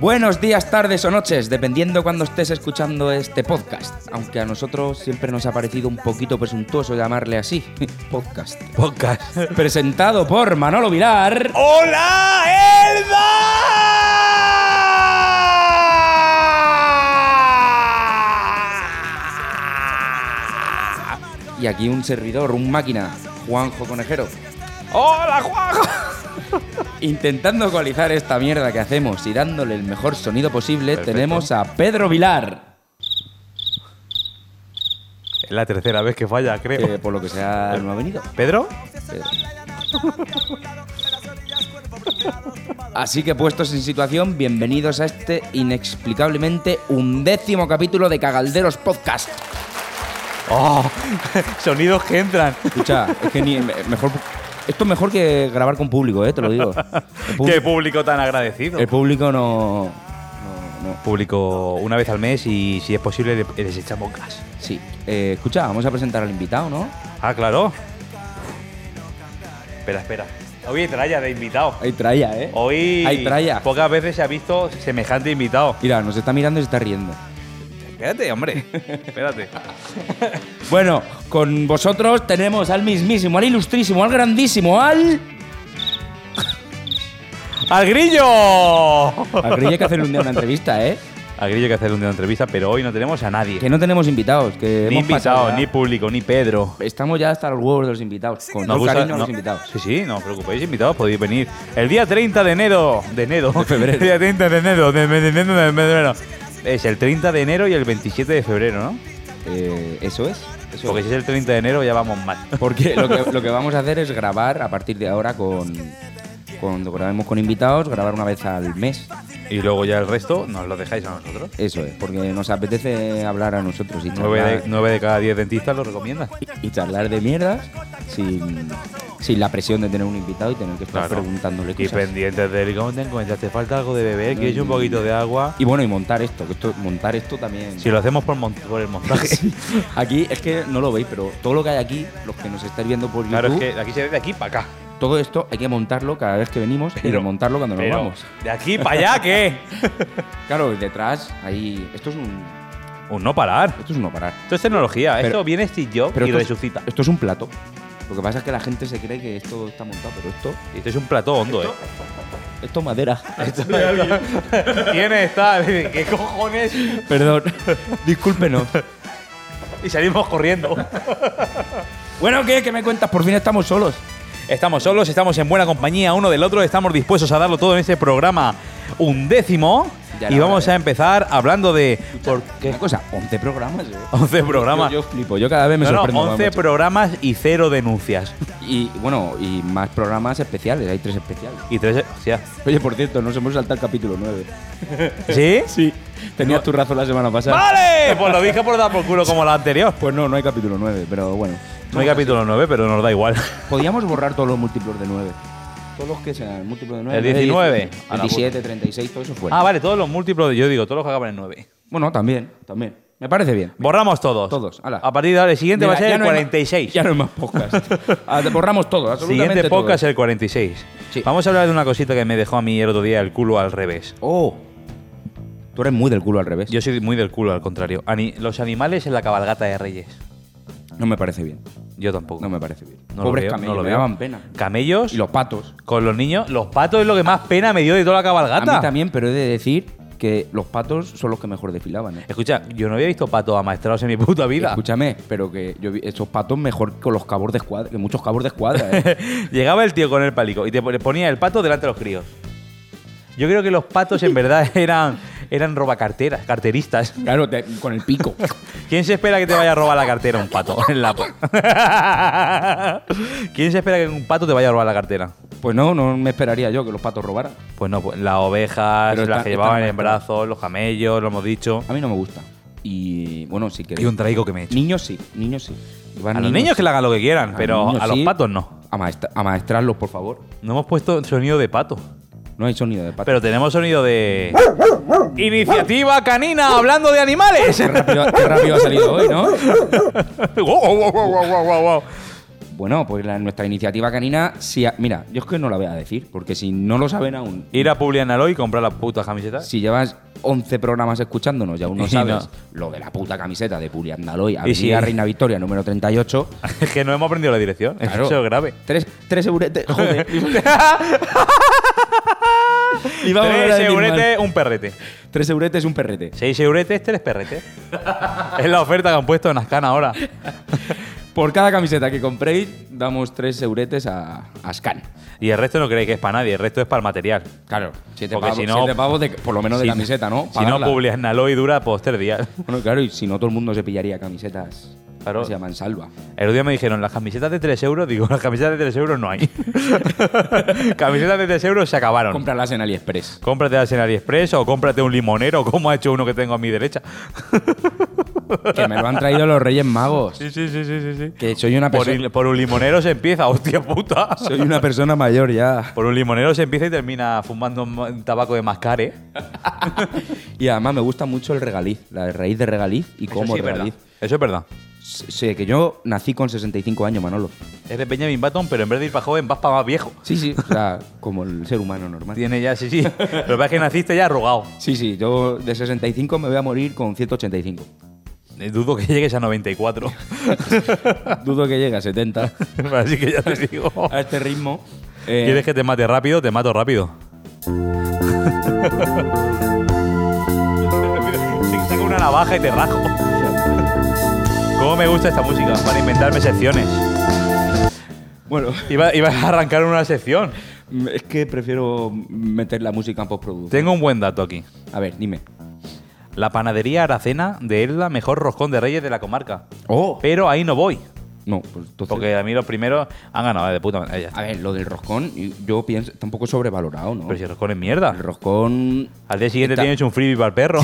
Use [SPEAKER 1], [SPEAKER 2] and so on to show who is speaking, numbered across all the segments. [SPEAKER 1] Buenos días, tardes o noches, dependiendo cuando estés escuchando este podcast. Aunque a nosotros siempre nos ha parecido un poquito presuntuoso llamarle así, podcast.
[SPEAKER 2] Podcast.
[SPEAKER 1] Presentado por Manolo Vilar.
[SPEAKER 2] ¡Hola, Elba!
[SPEAKER 1] Y aquí un servidor, un máquina, Juanjo Conejero.
[SPEAKER 2] ¡Hola, Juanjo!
[SPEAKER 1] Intentando ecualizar esta mierda que hacemos y dándole el mejor sonido posible, tenemos a Pedro Vilar.
[SPEAKER 2] Es la tercera vez que falla, creo.
[SPEAKER 1] Que por lo que sea no ha venido.
[SPEAKER 2] ¿Pedro?
[SPEAKER 1] Pedro. Así que puestos en situación, bienvenidos a este inexplicablemente undécimo capítulo de Cagalderos Podcast.
[SPEAKER 2] ¡Oh! Sonidos que entran.
[SPEAKER 1] Escucha, es que ni, me- mejor, esto es mejor que grabar con público, eh, te lo digo. El, pub-
[SPEAKER 2] ¡Qué público tan agradecido!
[SPEAKER 1] el público no...
[SPEAKER 2] Eh, público una vez al mes y si es posible le- les echamos gas.
[SPEAKER 1] Sí. Eh, escucha, vamos a presentar al invitado, ¿no?
[SPEAKER 2] Ah, claro. Espera, espera. Hoy hay tralla de invitado.
[SPEAKER 1] Ahí traía, ¿eh?
[SPEAKER 2] Hoy
[SPEAKER 1] Hay tralla.
[SPEAKER 2] pocas veces se ha visto semejante invitado.
[SPEAKER 1] Mira, nos está mirando y se está riendo.
[SPEAKER 2] Espérate, hombre. Espérate.
[SPEAKER 1] Bueno, con vosotros tenemos al mismísimo, al ilustrísimo, al grandísimo, al...
[SPEAKER 2] ¡Al grillo!
[SPEAKER 1] Al Grillo hay que hacerle un día una entrevista, ¿eh?
[SPEAKER 2] Al grillo hay que hacer una entrevista, pero hoy no tenemos a nadie.
[SPEAKER 1] Que no tenemos invitados, que
[SPEAKER 2] Ni
[SPEAKER 1] hemos pasado
[SPEAKER 2] invitado,
[SPEAKER 1] ya-
[SPEAKER 2] ni público, ni Pedro.
[SPEAKER 1] Estamos ya hasta los huevos de los invitados. Con todo
[SPEAKER 2] gusta-
[SPEAKER 1] cariño a los
[SPEAKER 2] no-
[SPEAKER 1] invitados.
[SPEAKER 2] Sí, sí, no os preocupéis, invitados, podéis venir. El día 30 de enero. De enero.
[SPEAKER 1] De febrero.
[SPEAKER 2] El día 30 de enero. De, de- de- de- de- de enero. Es el 30 de enero y el 27 de febrero, ¿no?
[SPEAKER 1] Eh, eso es. Eso
[SPEAKER 2] Porque
[SPEAKER 1] es.
[SPEAKER 2] si es el 30 de enero ya vamos mal.
[SPEAKER 1] Porque lo que, lo que vamos a hacer es grabar a partir de ahora con. Cuando grabemos con invitados, grabar una vez al mes.
[SPEAKER 2] Y luego ya el resto nos lo dejáis a nosotros.
[SPEAKER 1] Eso es, porque nos apetece hablar a nosotros y
[SPEAKER 2] 9
[SPEAKER 1] charlar,
[SPEAKER 2] de, nueve de cada 10 dentistas lo recomiendan.
[SPEAKER 1] y charlar de mierdas sin, sin la presión de tener un invitado y tener que estar preguntándole
[SPEAKER 2] Y
[SPEAKER 1] cosas.
[SPEAKER 2] pendientes del cómo te encuentras, te falta algo de beber, quieres un
[SPEAKER 1] Mm.
[SPEAKER 2] poquito de agua.
[SPEAKER 1] Y, bueno, y montar esto, que esto montar esto también.
[SPEAKER 2] Si lo hacemos por, mon- por el montaje.
[SPEAKER 1] Aquí es que no lo veis, pero todo lo que hay aquí, los que nos estáis viendo por YouTube,
[SPEAKER 2] Claro, es que de aquí se ve de aquí para acá.
[SPEAKER 1] todo esto hay que montarlo cada vez que venimos y
[SPEAKER 2] Pero-
[SPEAKER 1] desmontarlo cuando nos
[SPEAKER 2] Pero,
[SPEAKER 1] vamos.
[SPEAKER 2] ¿de aquí para allá qué?
[SPEAKER 1] Claro, detrás, ahí. Esto es un.
[SPEAKER 2] Un no parar.
[SPEAKER 1] Esto es un no parar.
[SPEAKER 2] Esto es tecnología,
[SPEAKER 1] Pero-
[SPEAKER 2] esto viene Steve Jobs y
[SPEAKER 1] esto es-
[SPEAKER 2] resucita.
[SPEAKER 1] Esto es un plato. Lo que pasa es que la gente se cree que esto está montado, pero esto.
[SPEAKER 2] Esto es un plató hondo, ¿eh?
[SPEAKER 1] Esto es madera.
[SPEAKER 2] ¿Quién está? ¿Qué cojones?
[SPEAKER 1] Perdón. Discúlpenos.
[SPEAKER 2] Y salimos corriendo.
[SPEAKER 1] Bueno, ¿qué? ¿Qué me cuentas? Por fin estamos solos.
[SPEAKER 2] Estamos solos, estamos en buena compañía uno del otro, estamos dispuestos a darlo todo en este programa undécimo.
[SPEAKER 1] Ya
[SPEAKER 2] y
[SPEAKER 1] era
[SPEAKER 2] vamos
[SPEAKER 1] hora,
[SPEAKER 2] a empezar hablando de. ¿Por qué?
[SPEAKER 1] Una cosa, 11 programas, eh.
[SPEAKER 2] 11 programas.
[SPEAKER 1] Yo, yo flipo, yo cada vez me
[SPEAKER 2] No, no,
[SPEAKER 1] sorprendo. más,
[SPEAKER 2] 11
[SPEAKER 1] macho.
[SPEAKER 2] programas y cero denuncias.
[SPEAKER 1] y bueno, y más programas especiales, hay tres especiales.
[SPEAKER 2] Y tres. Hostia.
[SPEAKER 1] Oye, por cierto, nos hemos saltado el capítulo 9.
[SPEAKER 2] ¿Sí?
[SPEAKER 1] Sí, tenías tu razón la semana pasada.
[SPEAKER 2] ¡Vale! Pues lo dije por dar por culo como la anterior.
[SPEAKER 1] Pues no, no hay capítulo 9, pero bueno.
[SPEAKER 2] No hay capítulo 9, pero nos da igual.
[SPEAKER 1] Podíamos borrar todos los múltiplos de 9. Todos los que sean, el múltiplo de 9.
[SPEAKER 2] El 19, a la
[SPEAKER 1] 17, 36, todo eso fue.
[SPEAKER 2] Ah, vale, todos los múltiplos de yo digo, todos los que acaban en 9.
[SPEAKER 1] Bueno, también, también. Me parece bien.
[SPEAKER 2] Borramos todos.
[SPEAKER 1] Todos, ala.
[SPEAKER 2] A partir de ahora, el siguiente va a
[SPEAKER 1] Mira,
[SPEAKER 2] ser
[SPEAKER 1] ya
[SPEAKER 2] el
[SPEAKER 1] no hay ma-
[SPEAKER 2] 46.
[SPEAKER 1] ya no hay más podcast. Ah, te borramos todo, absolutamente
[SPEAKER 2] siguiente
[SPEAKER 1] todo.
[SPEAKER 2] podcast el 46.
[SPEAKER 1] Sí.
[SPEAKER 2] Vamos a hablar de una cosita que me dejó a mí el otro día el culo al revés.
[SPEAKER 1] Oh, tú eres muy del culo al revés.
[SPEAKER 2] Yo soy muy del culo, al contrario. Ani- los animales en la cabalgata de Reyes.
[SPEAKER 1] No me parece bien.
[SPEAKER 2] Yo tampoco.
[SPEAKER 1] No me parece bien.
[SPEAKER 2] No lo
[SPEAKER 1] Pobres
[SPEAKER 2] veo,
[SPEAKER 1] camellos,
[SPEAKER 2] no lo
[SPEAKER 1] me
[SPEAKER 2] veo.
[SPEAKER 1] daban pena.
[SPEAKER 2] Camellos
[SPEAKER 1] Y los patos.
[SPEAKER 2] con los niños. Los patos es lo que más pena me dio de toda la cabalgata.
[SPEAKER 1] A mí también, pero he de decir que los patos son los que mejor desfilaban. ¿eh?
[SPEAKER 2] Escucha, yo no había visto patos amaestrados en mi puta vida.
[SPEAKER 1] Escúchame, pero que yo vi estos patos mejor que los cabos de escuadra, que muchos cabos de escuadra. ¿eh?
[SPEAKER 2] Llegaba el tío con el palico y te pon- ponía el pato delante de los críos. Yo creo que los patos en verdad eran, eran robacarteras, carteristas.
[SPEAKER 1] claro, te- con el pico.
[SPEAKER 2] ¿Quién se espera que te vaya a robar la cartera un pato? En la- ¿Quién se espera que un pato te vaya a robar la cartera?
[SPEAKER 1] Pues no, no me esperaría yo que los patos robaran.
[SPEAKER 2] Pues no, pues las ovejas,
[SPEAKER 1] Pero
[SPEAKER 2] las
[SPEAKER 1] está-
[SPEAKER 2] que
[SPEAKER 1] está
[SPEAKER 2] llevaban en
[SPEAKER 1] mal, claro.
[SPEAKER 2] brazos, los camellos, lo hemos dicho.
[SPEAKER 1] A mí no me gusta. Y bueno, si queréis.
[SPEAKER 2] Y un traigo que me he hecho.
[SPEAKER 1] Niños sí, niños sí. Van
[SPEAKER 2] A los niños que le hagan lo que quieran,
[SPEAKER 1] a
[SPEAKER 2] pero
[SPEAKER 1] niños
[SPEAKER 2] a los
[SPEAKER 1] sí.
[SPEAKER 2] patos no.
[SPEAKER 1] A, maestra- a maestrarlos, por favor.
[SPEAKER 2] No hemos puesto sonido de pato.
[SPEAKER 1] No hay sonido de pato.
[SPEAKER 2] Pero tenemos sonido de. Iniciativa canina, hablando de animales.
[SPEAKER 1] Qué rápido, qué rápido ha salido hoy, ¿no?
[SPEAKER 2] Wow, wow, wow, wow, wow, wow, wow.
[SPEAKER 1] Bueno, pues la- nuestra iniciativa canina, si a- mira, yo es que no la voy a decir, porque si no lo saben aún,
[SPEAKER 2] Ir a Publianalo y comprar las putas camisetas.
[SPEAKER 1] si llevas 11 programas escuchándonos y aún no
[SPEAKER 2] Y
[SPEAKER 1] sabes
[SPEAKER 2] no.
[SPEAKER 1] lo de la puta camiseta de Puri Andaloy,
[SPEAKER 2] Y
[SPEAKER 1] Avenida
[SPEAKER 2] si-
[SPEAKER 1] Reina Victoria, número 38,
[SPEAKER 2] Es que no hemos aprendido la dirección.
[SPEAKER 1] Claro.
[SPEAKER 2] Eso es grave.
[SPEAKER 1] tres, tres euretes, joder. Y vamos a hablar
[SPEAKER 2] Tres
[SPEAKER 1] de animal.
[SPEAKER 2] euretes, un perrete.
[SPEAKER 1] Tres euretes, un perrete.
[SPEAKER 2] Seis euretes, tres perretes. es la oferta que han puesto en Ascana ahora.
[SPEAKER 1] Por cada camiseta que compréis, damos tres euretes a, a Scan.
[SPEAKER 2] Y el resto no creéis que es para nadie, el resto es para el material.
[SPEAKER 1] Claro, siete
[SPEAKER 2] Porque
[SPEAKER 1] pavos,
[SPEAKER 2] si no-
[SPEAKER 1] siete pavos de- por lo menos de
[SPEAKER 2] Si-
[SPEAKER 1] camiseta, ¿no?
[SPEAKER 2] Si no,
[SPEAKER 1] Pagarla.
[SPEAKER 2] Publianalo y dura pues tres días.
[SPEAKER 1] Bueno, claro, y si no, todo el mundo se pillaría camisetas.
[SPEAKER 2] Claro.
[SPEAKER 1] que Se llaman salva.
[SPEAKER 2] El otro día me dijeron, las camisetas de 3 euros, digo, las camisetas de 3 euros no hay. camisetas de 3 euros se acabaron.
[SPEAKER 1] Cómpralas en AliExpress.
[SPEAKER 2] Cómpratelas en AliExpress o cómprate un limonero, como ha hecho uno que tengo a mi derecha.
[SPEAKER 1] Que me lo han traído los Reyes Magos.
[SPEAKER 2] Sí, sí, sí, sí, sí. sí.
[SPEAKER 1] Que soy una
[SPEAKER 2] Por,
[SPEAKER 1] persona.
[SPEAKER 2] il- por un limonero se empieza, hostia puta.
[SPEAKER 1] Soy una persona mayor ya.
[SPEAKER 2] Por un limonero se empieza y termina fumando ma- tabaco de mascare.
[SPEAKER 1] Y además me gusta mucho el regaliz, la raíz de regaliz y cómo
[SPEAKER 2] Eso sí es verdad.
[SPEAKER 1] regaliz.
[SPEAKER 2] Eso es verdad.
[SPEAKER 1] S- Sé que yo nací con 65 años, Manolo.
[SPEAKER 2] Eres Benjamin Button, pero en vez de ir para joven, vas para más viejo.
[SPEAKER 1] Sí, sí, o sea, como el ser humano normal.
[SPEAKER 2] Tiene ya, sí, sí. Lo que pasa es que naciste ya arrugado.
[SPEAKER 1] Sí, sí, yo de 65 me voy a morir con 185.
[SPEAKER 2] Eh, Dudo que llegues a 94.
[SPEAKER 1] Dudo que llegue a 70
[SPEAKER 2] Así que ya te digo.
[SPEAKER 1] a este ritmo. Eh,
[SPEAKER 2] ¿Quieres que te mate rápido? Te mato rápido. Saco una navaja y te rajo. ¿Cómo me gusta esta música? Para inventarme secciones.
[SPEAKER 1] Bueno,
[SPEAKER 2] Iba, iba a arrancar una sección.
[SPEAKER 1] es que prefiero meter la música en postproducción.
[SPEAKER 2] Tengo un buen dato aquí.
[SPEAKER 1] A ver, dime.
[SPEAKER 2] La panadería Aracena de Elda, mejor roscón de reyes de la comarca.
[SPEAKER 1] ¡Oh!
[SPEAKER 2] Pero ahí no voy.
[SPEAKER 1] No, pues entonces.
[SPEAKER 2] Porque a mí los primeros han ganado eh, de puta madre. Ya está.
[SPEAKER 1] A ver, lo del roscón, yo pienso, tampoco es sobrevalorado, ¿no?
[SPEAKER 2] Pero si el roscón es
[SPEAKER 1] El
[SPEAKER 2] mierda.
[SPEAKER 1] roscón.
[SPEAKER 2] Al día siguiente
[SPEAKER 1] Está-
[SPEAKER 2] tienes un freebie para el perro.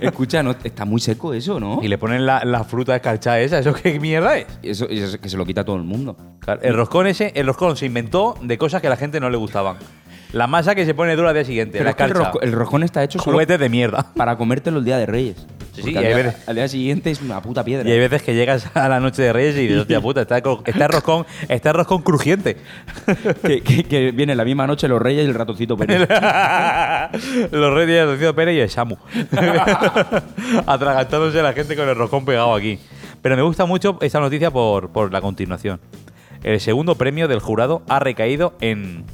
[SPEAKER 1] Escucha, no, está muy seco eso, ¿no?
[SPEAKER 2] y le ponen la, la fruta escarchada esa. ¿Eso qué mierda es?
[SPEAKER 1] Eso, eso es que se lo quita a todo el mundo.
[SPEAKER 2] Claro, el roscón ese, el roscón se inventó de cosas que a la gente no le gustaban. La masa que se pone dura al día siguiente,
[SPEAKER 1] Pero
[SPEAKER 2] la
[SPEAKER 1] es que el,
[SPEAKER 2] escarcha.
[SPEAKER 1] rosco- el roscón está hecho solo
[SPEAKER 2] Juguetes de mierda.
[SPEAKER 1] para comértelo el día de Reyes.
[SPEAKER 2] Sí, sí,
[SPEAKER 1] Porque
[SPEAKER 2] y
[SPEAKER 1] al,
[SPEAKER 2] hay
[SPEAKER 1] día,
[SPEAKER 2] veces-
[SPEAKER 1] al día siguiente es una puta piedra.
[SPEAKER 2] Y hay veces que llegas a la noche de Reyes y dices, hostia puta, está el, cro- está el roscón, está el roscón crujiente.
[SPEAKER 1] que, que, que viene la misma noche los Reyes y el ratoncito Pérez.
[SPEAKER 2] Los Reyes de Rocío Pérez y el Samu. Atragantándose la gente con el roscón pegado aquí. Pero me gusta mucho esta noticia por, por la continuación. El segundo premio del jurado ha recaído en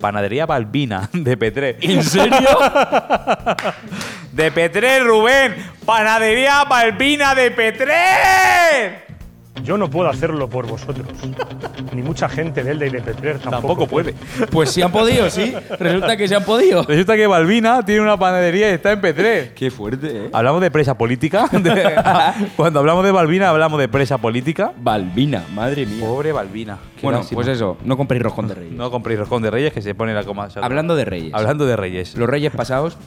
[SPEAKER 2] Panadería Balbina de Petré.
[SPEAKER 1] ¿En serio?
[SPEAKER 2] De Petré, Rubén. Panadería Balbina de Petré.
[SPEAKER 3] Yo no puedo hacerlo por vosotros. Ni mucha gente de Elda y de Petrer tampoco,
[SPEAKER 2] Tampoco puede.
[SPEAKER 1] Pues sí han podido, sí. Resulta que sí han podido.
[SPEAKER 2] Resulta que Balbina tiene una panadería y está en Petré.
[SPEAKER 1] Qué fuerte, ¿eh?
[SPEAKER 2] Hablamos de presa política. De- cuando hablamos de Balbina, hablamos de presa política.
[SPEAKER 1] Balbina, madre mía.
[SPEAKER 2] Pobre Balbina. Oh, Qué
[SPEAKER 1] bueno,
[SPEAKER 2] lástima.
[SPEAKER 1] pues eso, no compréis roscón de Reyes.
[SPEAKER 2] No compréis roscón de reyes que se pone la coma.
[SPEAKER 1] Hablando de Reyes.
[SPEAKER 2] Hablando de reyes.
[SPEAKER 1] Los Reyes pasados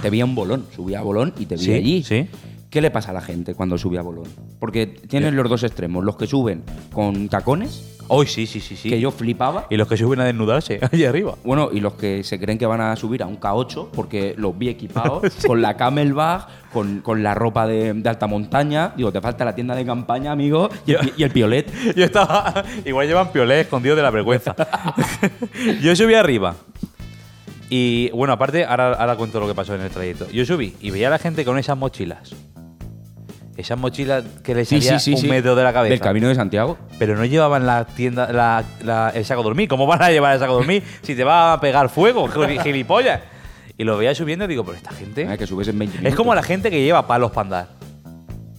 [SPEAKER 1] te vi a un bolón, subí a bolón y te vi
[SPEAKER 2] Sí,
[SPEAKER 1] allí.
[SPEAKER 2] sí.
[SPEAKER 1] ¿Qué le pasa a la gente cuando sube a bolón? Porque tienen
[SPEAKER 2] Eh.
[SPEAKER 1] los dos extremos, los que suben con tacones,
[SPEAKER 2] Hoy sí, sí, sí, sí.
[SPEAKER 1] que yo flipaba,
[SPEAKER 2] Y los que suben a desnudarse allí arriba.
[SPEAKER 1] bueno, y los que se creen que van a subir a un K8 porque los vi equipados con la camelback, con, con la ropa de, de alta montaña. Digo, te falta la tienda de campaña, amigo, y el, pi- y el piolet.
[SPEAKER 2] Yo estaba. Igual llevan piolés escondidos de la vergüenza. yo subí arriba. Y bueno, aparte, ahora, ahora cuento lo que pasó en el trayecto. Yo subí y veía a la gente con esas mochilas. Esas mochilas que les salía un metro de la cabeza.
[SPEAKER 1] Del Camino de Santiago.
[SPEAKER 2] Pero no llevaban la tienda, la- la- el saco de dormir. ¿Cómo van a llevar el saco de dormir si te va a pegar fuego, gili- gilipollas? Y lo veía subiendo y digo, pero esta gente.
[SPEAKER 1] Ah, que subes en 20
[SPEAKER 2] Es como la gente que lleva palos para andar.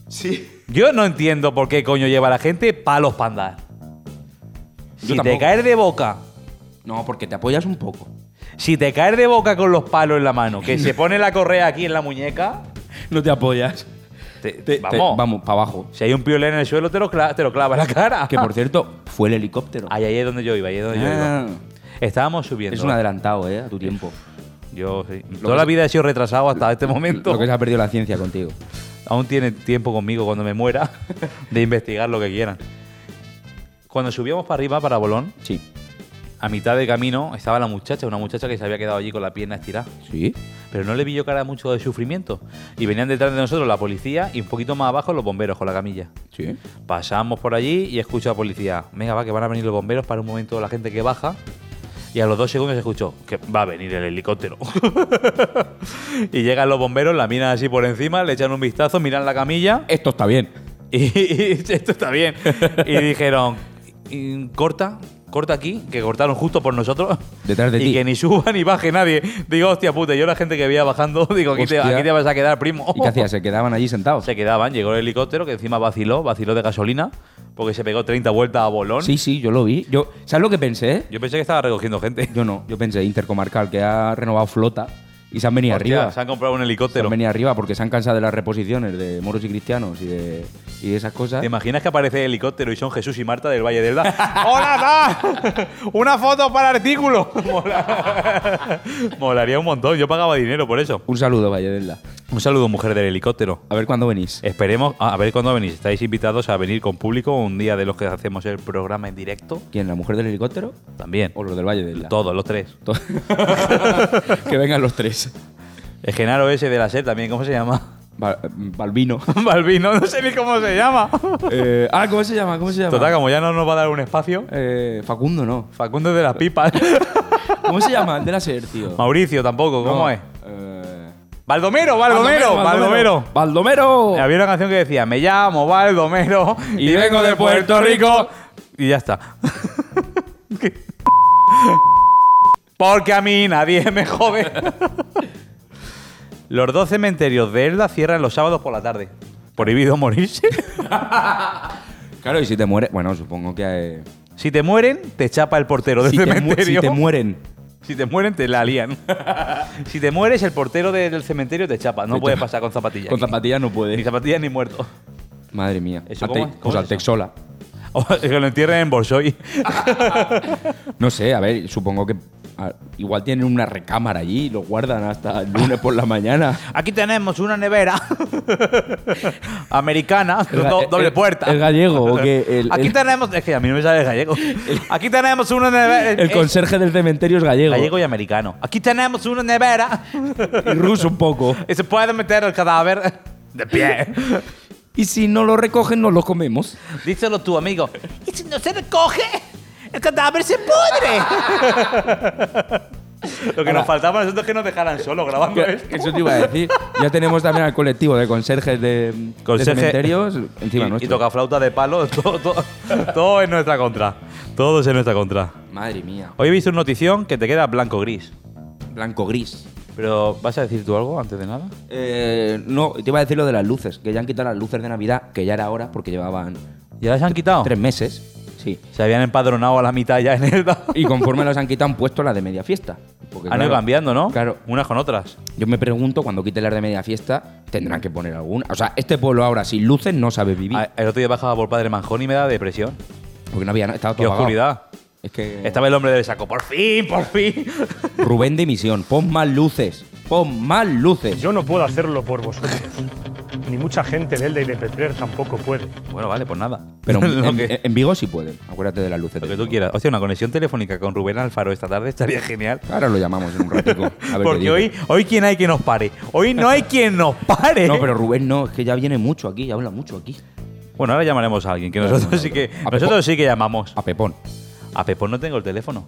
[SPEAKER 2] Sí. Yo no entiendo por qué coño lleva la gente palos para andar.
[SPEAKER 1] Yo
[SPEAKER 2] Si te
[SPEAKER 1] tampoco.
[SPEAKER 2] caes de boca,
[SPEAKER 1] No, porque te apoyas un poco.
[SPEAKER 2] si te caes de boca con los palos en la mano, que se pone la correa aquí en la muñeca,
[SPEAKER 1] No te apoyas.
[SPEAKER 2] te-
[SPEAKER 1] Te- te-
[SPEAKER 2] vamos.
[SPEAKER 1] vamos, para abajo.
[SPEAKER 2] Si hay un piolín en el suelo, te lo, cla- te lo clava en la cara.
[SPEAKER 1] Que por cierto, fue el helicóptero.
[SPEAKER 2] Ahí, ahí es donde yo iba, ahí es donde yo
[SPEAKER 1] Ah.
[SPEAKER 2] iba. Estábamos subiendo.
[SPEAKER 1] Es un adelantado, ¿eh? A tu tiempo.
[SPEAKER 2] Yo sí. Toda la vida he sido retrasado hasta este momento.
[SPEAKER 1] Lo que se ha perdido la ciencia contigo.
[SPEAKER 2] Aún tienen tiempo conmigo cuando me muera de investigar lo que quieran. Cuando subíamos para arriba, para Bolón,
[SPEAKER 1] Sí.
[SPEAKER 2] a mitad de camino estaba la muchacha, una muchacha que se había quedado allí con la pierna estirada.
[SPEAKER 1] Sí.
[SPEAKER 2] Pero no le vi yo cara mucho de sufrimiento. Y venían detrás de nosotros la policía y un poquito más abajo los bomberos con la camilla.
[SPEAKER 1] Sí.
[SPEAKER 2] Pasamos por allí y escucho a la policía. Venga, va, que van a venir los bomberos para un momento la gente que baja. Y a los dos segundos escucho que va a venir el helicóptero. y llegan los bomberos, la miran así por encima, le echan un vistazo, miran la camilla
[SPEAKER 1] Esto está bien.
[SPEAKER 2] y, esto está bien. Y dijeron, "Y- corta, corta aquí, que cortaron justo por nosotros.
[SPEAKER 1] Detrás de
[SPEAKER 2] y
[SPEAKER 1] ti.
[SPEAKER 2] que ni suba ni baje nadie. Digo, hostia puta, yo la gente que veía bajando, digo, aquí te,
[SPEAKER 1] Hostia.
[SPEAKER 2] aquí te vas a quedar, primo.
[SPEAKER 1] ¿Y qué hacías? ¿Se quedaban allí sentados?
[SPEAKER 2] Se quedaban, llegó el helicóptero que encima vaciló, vaciló de gasolina, porque se pegó 30 vueltas a bolón.
[SPEAKER 1] Sí, sí, yo lo vi. Yo, ¿Sabes lo que pensé?
[SPEAKER 2] Yo pensé que estaba recogiendo gente.
[SPEAKER 1] Yo no. Yo pensé, Intercomarcal, que ha renovado flota y se han venido
[SPEAKER 2] Hostia,
[SPEAKER 1] arriba.
[SPEAKER 2] Se han comprado un
[SPEAKER 1] Se
[SPEAKER 2] helicóptero.
[SPEAKER 1] han venido arriba porque se han cansado de las reposiciones de moros y cristianos y de, y de esas cosas.
[SPEAKER 2] ¿Te imaginas que aparece el helicóptero y son Jesús y Marta del Valle del Da? ¡Hola, Da! ¡Una foto para artículo! Mola- Molaría un montón. Yo pagaba dinero por eso.
[SPEAKER 1] Un saludo, Valledela.
[SPEAKER 2] Un saludo, mujer del helicóptero.
[SPEAKER 1] A ver cuándo venís.
[SPEAKER 2] Esperemos, a a ver cuándo venís. Estáis invitados a venir con público un día de los que hacemos el programa en directo.
[SPEAKER 1] ¿Quién? ¿La mujer del helicóptero
[SPEAKER 2] También.
[SPEAKER 1] o los del Valle del
[SPEAKER 2] Todos, los tres.
[SPEAKER 1] que vengan los tres.
[SPEAKER 2] El Genaro ese de la SER también, ¿cómo se llama?
[SPEAKER 1] Val- Balbino.
[SPEAKER 2] Balbino, no sé ni cómo se llama.
[SPEAKER 1] Eh, ah, ¿cómo se llama? ¿Cómo se llama?
[SPEAKER 2] Total, como ya no nos va a dar un espacio,
[SPEAKER 1] Eh, Facundo, no.
[SPEAKER 2] Facundo es de las pipas.
[SPEAKER 1] ¿Cómo se llama? El de la SER, tío.
[SPEAKER 2] Mauricio tampoco, ¿cómo
[SPEAKER 1] No,
[SPEAKER 2] es?
[SPEAKER 1] eh,
[SPEAKER 2] Baldomero, Baldomero, Baldomero.
[SPEAKER 1] Baldomero.
[SPEAKER 2] Había una canción que decía, me llamo Baldomero
[SPEAKER 1] Y vengo de Puerto Rico.
[SPEAKER 2] Y ya está. ¿Qué? Porque a mí nadie me jode. los dos cementerios de Elda cierran los sábados por la tarde. Prohibido morirse.
[SPEAKER 1] Claro, y si te mueres. Bueno, supongo que. eh,
[SPEAKER 2] si te mueren, te chapa el portero del
[SPEAKER 1] si, te mu-
[SPEAKER 2] cementerio.
[SPEAKER 1] si te mueren.
[SPEAKER 2] Si te mueren, te la lían. si te mueres, el portero de- del cementerio te chapa. No
[SPEAKER 1] Te
[SPEAKER 2] puedes
[SPEAKER 1] chapa.
[SPEAKER 2] pasar con zapatillas.
[SPEAKER 1] Con
[SPEAKER 2] aquí.
[SPEAKER 1] zapatillas no
[SPEAKER 2] Ni
[SPEAKER 1] puedes.
[SPEAKER 2] zapatillas ni muerto.
[SPEAKER 1] Madre mía.
[SPEAKER 2] ¿Eso
[SPEAKER 1] Al
[SPEAKER 2] cómo
[SPEAKER 1] te-
[SPEAKER 2] es? ¿Cómo
[SPEAKER 1] Pues
[SPEAKER 2] es
[SPEAKER 1] al
[SPEAKER 2] eso?
[SPEAKER 1] Texola.
[SPEAKER 2] O que lo entierren en Bolsoy.
[SPEAKER 1] No sé, a ver, supongo que. a- igual tienen una recámara allí y lo guardan hasta el lunes por la mañana.
[SPEAKER 2] Aquí tenemos una nevera americana,
[SPEAKER 1] El-
[SPEAKER 2] do-
[SPEAKER 1] el-
[SPEAKER 2] doble
[SPEAKER 1] el-
[SPEAKER 2] puerta.
[SPEAKER 1] el gallego, o qué, el-
[SPEAKER 2] Aquí
[SPEAKER 1] el-
[SPEAKER 2] tenemos. Es que a mí no me sale el gallego. Aquí tenemos una nevera.
[SPEAKER 1] El
[SPEAKER 2] eh,
[SPEAKER 1] conserje del cementerio es gallego.
[SPEAKER 2] Gallego y americano. Aquí tenemos una nevera.
[SPEAKER 1] y ruso un poco.
[SPEAKER 2] y se puede meter el cadáver de pie.
[SPEAKER 1] Y si no lo recogen, nos lo comemos.
[SPEAKER 2] Díselo tú, amigo. Y si no se recoge, el cadáver se pudre. Lo que
[SPEAKER 1] Ahora-
[SPEAKER 2] nos faltaba a nosotros es que nos dejaran solo grabando esto.
[SPEAKER 1] Eso te iba a decir. Ya tenemos también al colectivo de conserjes de, de
[SPEAKER 2] Conserje-
[SPEAKER 1] cementerios encima
[SPEAKER 2] y,
[SPEAKER 1] nuestro.
[SPEAKER 2] y toca flauta de palo, todo, todo, todo en nuestra contra. Todos en nuestra contra.
[SPEAKER 1] Madre mía.
[SPEAKER 2] Hoy he visto una notición que te queda blanco-gris.
[SPEAKER 1] Blanco-gris.
[SPEAKER 2] Pero, ¿vas a decir tú algo antes de nada?
[SPEAKER 1] Eh, no, te iba a decir lo de las luces, que ya han quitado las luces de Navidad, que ya era hora porque llevaban
[SPEAKER 2] ¿Ya las han quitado?
[SPEAKER 1] tres meses. Sí.
[SPEAKER 2] Se habían empadronado a la mitad ya en el...
[SPEAKER 1] Y conforme las han quitado, han puesto las de media fiesta. Porque,
[SPEAKER 2] Han
[SPEAKER 1] claro,
[SPEAKER 2] ido cambiando, ¿no?
[SPEAKER 1] Claro.
[SPEAKER 2] Unas con otras.
[SPEAKER 1] Yo me pregunto, cuando quiten las de media fiesta, tendrán que poner alguna. O sea, este pueblo ahora sin luces no sabe vivir.
[SPEAKER 2] A- Ah, El otro día bajaba por Padre Manjón y me da depresión.
[SPEAKER 1] Porque no había nada, estaba
[SPEAKER 2] Qué
[SPEAKER 1] todo apagado.
[SPEAKER 2] oscuridad.
[SPEAKER 1] Es que.
[SPEAKER 2] Estaba el hombre del saco. Por fin, por fin.
[SPEAKER 1] Rubén de Misión, pon más luces. Pon más luces.
[SPEAKER 3] Yo no puedo hacerlo por vosotros. Ni mucha gente de Elda y de Petrer tampoco puede.
[SPEAKER 2] Bueno, vale, pues nada.
[SPEAKER 1] Pero en,
[SPEAKER 2] lo,
[SPEAKER 1] en,
[SPEAKER 2] que,
[SPEAKER 1] en Vigo sí pueden. Acuérdate de las luces.
[SPEAKER 2] lo
[SPEAKER 1] de
[SPEAKER 2] que tú
[SPEAKER 1] Vigo.
[SPEAKER 2] quieras. Hostia, una conexión telefónica con Rubén Alfaro esta tarde estaría genial.
[SPEAKER 1] Ahora lo llamamos en un ratico. a ver qué
[SPEAKER 2] Porque
[SPEAKER 1] dice.
[SPEAKER 2] hoy, hoy quién hay que nos pare. Hoy no hay quien nos pare.
[SPEAKER 1] No, pero Rubén no, es que ya viene mucho aquí, ya habla mucho aquí.
[SPEAKER 2] Bueno, ahora llamaremos a alguien, que nosotros sí que,
[SPEAKER 1] A Pepón.
[SPEAKER 2] nosotros sí que llamamos.
[SPEAKER 1] A Pepón,
[SPEAKER 2] A Pepón no tengo el teléfono.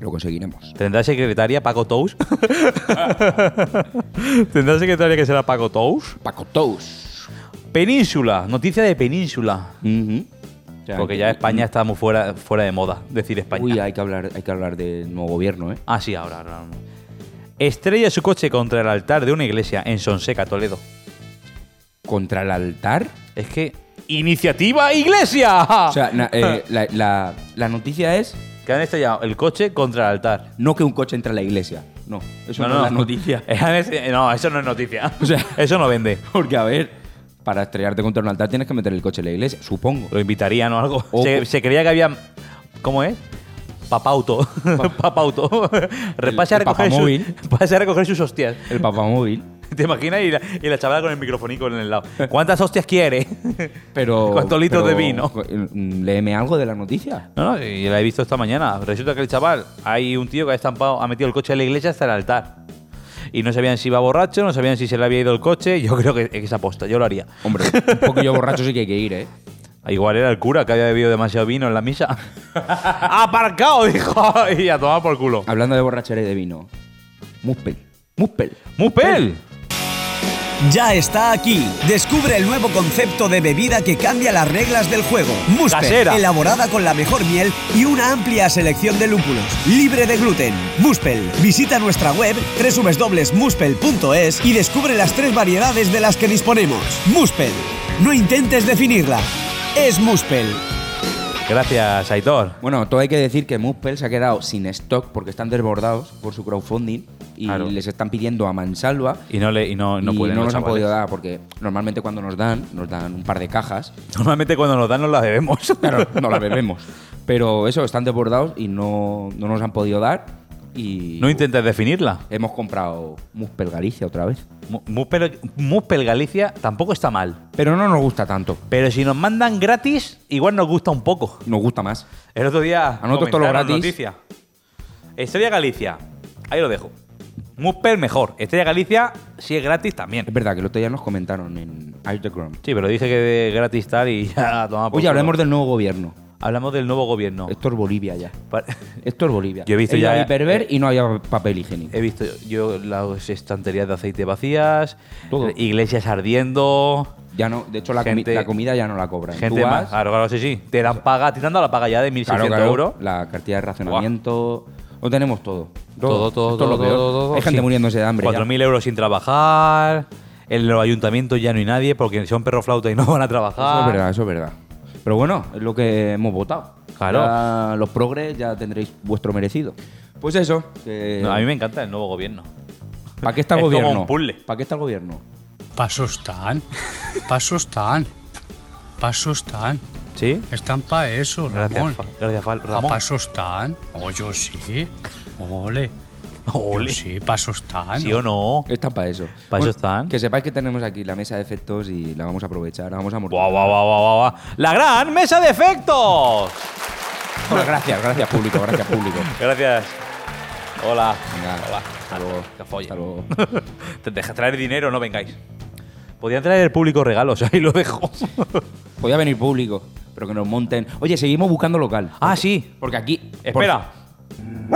[SPEAKER 1] lo conseguiremos.
[SPEAKER 2] ¿Tendrá secretaria Paco Tous? ¿Tendrá secretaria que será Paco Tous?
[SPEAKER 1] Paco Tous.
[SPEAKER 2] Península, noticia de Península.
[SPEAKER 1] Ujú. O sea,
[SPEAKER 2] Porque
[SPEAKER 1] que-
[SPEAKER 2] ya España está muy fuera, fuera de moda, decir España.
[SPEAKER 1] Uy, hay que hablar, hay que hablar del nuevo gobierno, ¿eh?
[SPEAKER 2] Ah, sí, ahora, ahora. ahora. Estrella su coche contra el altar de una iglesia en Sonseca, Toledo.
[SPEAKER 1] Contra el altar.
[SPEAKER 2] Es que. ¡Iniciativa Iglesia!
[SPEAKER 1] O sea, na- eh, la, la- la noticia es
[SPEAKER 2] que han estrellado el coche contra el altar.
[SPEAKER 1] no que un coche entre a la iglesia. No, eso no, es la noticia.
[SPEAKER 2] Han estre- No, eso no es noticia.
[SPEAKER 1] O sea-
[SPEAKER 2] eso no vende.
[SPEAKER 1] Porque, a ver, para estrellarte contra un altar tienes que meter el coche en la iglesia, supongo.
[SPEAKER 2] Lo invitarían o algo.
[SPEAKER 1] O-
[SPEAKER 2] se, se creía que había. ¿Cómo es? Papauto. Papauto. Repasa a
[SPEAKER 1] el
[SPEAKER 2] recoger sus,
[SPEAKER 1] papamóvil.
[SPEAKER 2] pasa a recoger sus hostias.
[SPEAKER 1] El papamóvil.
[SPEAKER 2] ¿Te imaginas? Y la, y la chavala con el microfonico en el lado. ¿Cuántas hostias quiere?
[SPEAKER 1] Pero.
[SPEAKER 2] ¿Cuántos litros
[SPEAKER 1] pero,
[SPEAKER 2] de vino?
[SPEAKER 1] co- mm, Léeme algo de la noticia.
[SPEAKER 2] No, no, y la he visto esta mañana. Resulta que el chaval, hay un tío que ha estampado, ha metido el coche de la iglesia hasta el altar. Y no sabían si iba borracho, no sabían si se le había ido el coche. Yo creo que, que es aposta, yo lo haría.
[SPEAKER 1] Hombre, un poquillo borracho sí que hay que ir, ¿eh?
[SPEAKER 2] Igual era el cura que había bebido demasiado vino en la misa. ¡Aparcado! Dijo. Y a tomar por culo.
[SPEAKER 1] Hablando de borrachera y de vino. Muspel. Muspel.
[SPEAKER 2] ¡Mupel!
[SPEAKER 4] Ya está aquí. Descubre el nuevo concepto de bebida que cambia las reglas del juego. Muspel,
[SPEAKER 2] Casera.
[SPEAKER 4] elaborada con la mejor miel y una amplia selección de lúpulos, libre de gluten. Muspel, visita nuestra web www.muspel.es y descubre las tres variedades de las que disponemos. Muspel, no intentes definirla. Es Muspel.
[SPEAKER 2] Gracias, Aitor.
[SPEAKER 1] Bueno, todo hay que decir que Muspel se ha quedado sin stock porque están desbordados por su crowdfunding y
[SPEAKER 2] Claro.
[SPEAKER 1] les están pidiendo a mansalva.
[SPEAKER 2] Y no, le, y no, no
[SPEAKER 1] y
[SPEAKER 2] pueden
[SPEAKER 1] no
[SPEAKER 2] los
[SPEAKER 1] nos han
[SPEAKER 2] chavales.
[SPEAKER 1] podido dar porque normalmente cuando nos dan, nos dan un par de cajas.
[SPEAKER 2] Normalmente cuando nos dan nos las bebemos.
[SPEAKER 1] Claro, no la bebemos. Pero eso, están desbordados y no, no nos han podido dar. Y
[SPEAKER 2] No intentes definirla.
[SPEAKER 1] hemos comprado Muspel Galicia otra vez.
[SPEAKER 2] Mu- Muspel, Muspel Galicia tampoco está mal.
[SPEAKER 1] Pero no nos gusta tanto.
[SPEAKER 2] Pero si nos mandan gratis, igual nos gusta un poco.
[SPEAKER 1] Nos gusta más.
[SPEAKER 2] El otro día.
[SPEAKER 1] A nosotros todo lo
[SPEAKER 2] comentaron
[SPEAKER 1] gratis.
[SPEAKER 2] Noticia. Estrella Galicia. Ahí lo dejo. Muspel mejor. Estrella Galicia, si es gratis también.
[SPEAKER 1] Es verdad que el otro día nos comentaron en Ice the Ground.
[SPEAKER 2] Sí, pero dije que de gratis tal y ya toma Ah, por
[SPEAKER 1] Oye,
[SPEAKER 2] culo.
[SPEAKER 1] hablemos del nuevo gobierno.
[SPEAKER 2] Hablamos del nuevo gobierno.
[SPEAKER 1] Esto es Bolivia ya.
[SPEAKER 2] Pa-
[SPEAKER 1] Esto es Bolivia.
[SPEAKER 2] Yo he visto
[SPEAKER 1] Ella
[SPEAKER 2] ya- eh,
[SPEAKER 1] era hiperver y no había papel higiénico.
[SPEAKER 2] He visto yo las estanterías de aceite vacías,
[SPEAKER 1] Todo.
[SPEAKER 2] iglesias ardiendo,
[SPEAKER 1] Ya no, de hecho la, comi-
[SPEAKER 2] Gente-
[SPEAKER 1] la comida ya no la cobran. Tú
[SPEAKER 2] gente más.
[SPEAKER 1] vas-
[SPEAKER 2] Claro, claro, sí, sí. Te dan paga, te dan dado la paga ya de 1.600
[SPEAKER 1] claro, claro,
[SPEAKER 2] euros.
[SPEAKER 1] La cartilla de racionamiento. Lo tenemos todo.
[SPEAKER 2] Todo, todo,
[SPEAKER 1] Esto es lo
[SPEAKER 2] todo,
[SPEAKER 1] peor.
[SPEAKER 2] todo, todo,
[SPEAKER 1] Hay gente
[SPEAKER 2] sí.
[SPEAKER 1] muriéndose de hambre. ya.
[SPEAKER 2] 4.000 euros sin trabajar. En los ayuntamientos ya no hay nadie porque son perro flauta y no van a
[SPEAKER 1] Eso
[SPEAKER 2] trabajar.
[SPEAKER 1] es verdad, eso es verdad. Pero bueno, es lo que hemos votado.
[SPEAKER 2] Claro.
[SPEAKER 1] Ya los progres ya tendréis vuestro merecido. Pues eso. que-
[SPEAKER 2] No, a mí me encanta el nuevo gobierno.
[SPEAKER 1] ¿Para qué está el
[SPEAKER 2] es como
[SPEAKER 1] gobierno?
[SPEAKER 2] un puzzle.
[SPEAKER 1] ¿Para qué está el gobierno?
[SPEAKER 5] Pasos tan, pasos tan, pasos tan.
[SPEAKER 2] ¿Sí?
[SPEAKER 5] Están pa' eso,
[SPEAKER 2] Gracias,
[SPEAKER 5] Ramón.
[SPEAKER 2] Fa- gracias Fal-
[SPEAKER 5] A
[SPEAKER 2] Ramón.
[SPEAKER 5] pasos tan. Oh, yo sí. Ole.
[SPEAKER 2] Ole.
[SPEAKER 5] Yo sí, pasos tan.
[SPEAKER 2] ¿Sí o no?
[SPEAKER 1] Están para eso.
[SPEAKER 2] Pa' eso están.
[SPEAKER 1] Que sepáis que tenemos aquí la mesa de efectos y la vamos a aprovechar. La vamos a morder.
[SPEAKER 2] Guau, guau, guau, guau, guau, guau. ¡La gran mesa de efectos!
[SPEAKER 1] Bueno, gracias, gracias público, gracias público.
[SPEAKER 2] Gracias. Hola.
[SPEAKER 1] Venga,
[SPEAKER 2] Hola.
[SPEAKER 1] hasta luego.
[SPEAKER 2] Que folle.
[SPEAKER 1] Hasta luego.
[SPEAKER 2] Te deja traer dinero, no vengáis. Podían traer el público regalos, ahí lo dejo.
[SPEAKER 1] Podía venir público, pero que nos monten. Oye, seguimos buscando local.
[SPEAKER 2] ah, sí.
[SPEAKER 1] Porque aquí.
[SPEAKER 2] Espera.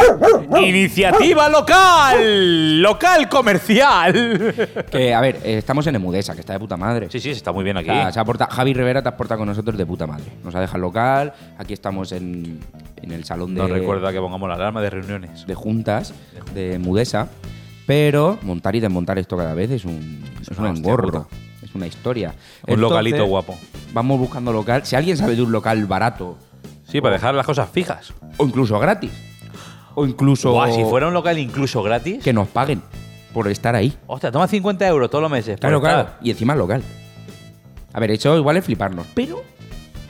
[SPEAKER 2] Iniciativa local. Local comercial.
[SPEAKER 1] por- que, a ver, eh, estamos en Emudesa, que está de puta madre.
[SPEAKER 2] Sí, sí, se está muy bien aquí.
[SPEAKER 1] O sea, se ha porta- Javi Rivera te has portado con nosotros de puta madre. Nos ha dejado local. Aquí estamos en, en el salón de,
[SPEAKER 2] No recuerda que pongamos la alarma de reuniones.
[SPEAKER 1] de juntas de Mudesa. Pero montar y desmontar esto cada vez es un, es un
[SPEAKER 2] una hostia
[SPEAKER 1] engorro.
[SPEAKER 2] puta.
[SPEAKER 1] Es una historia. Un
[SPEAKER 2] localito guapo.
[SPEAKER 1] Vamos buscando local. Si alguien sabe de un local barato
[SPEAKER 2] Sí, para dejar las cosas fijas.
[SPEAKER 1] o incluso gratis, o incluso
[SPEAKER 2] Buah, si fuera un local incluso gratis.
[SPEAKER 1] que nos paguen por estar ahí.
[SPEAKER 2] Hostia, toma 50 euros todos los meses. pues por
[SPEAKER 1] Claro,
[SPEAKER 2] estar.
[SPEAKER 1] claro. Y encima local. A ver, eso igual es fliparnos. Pero,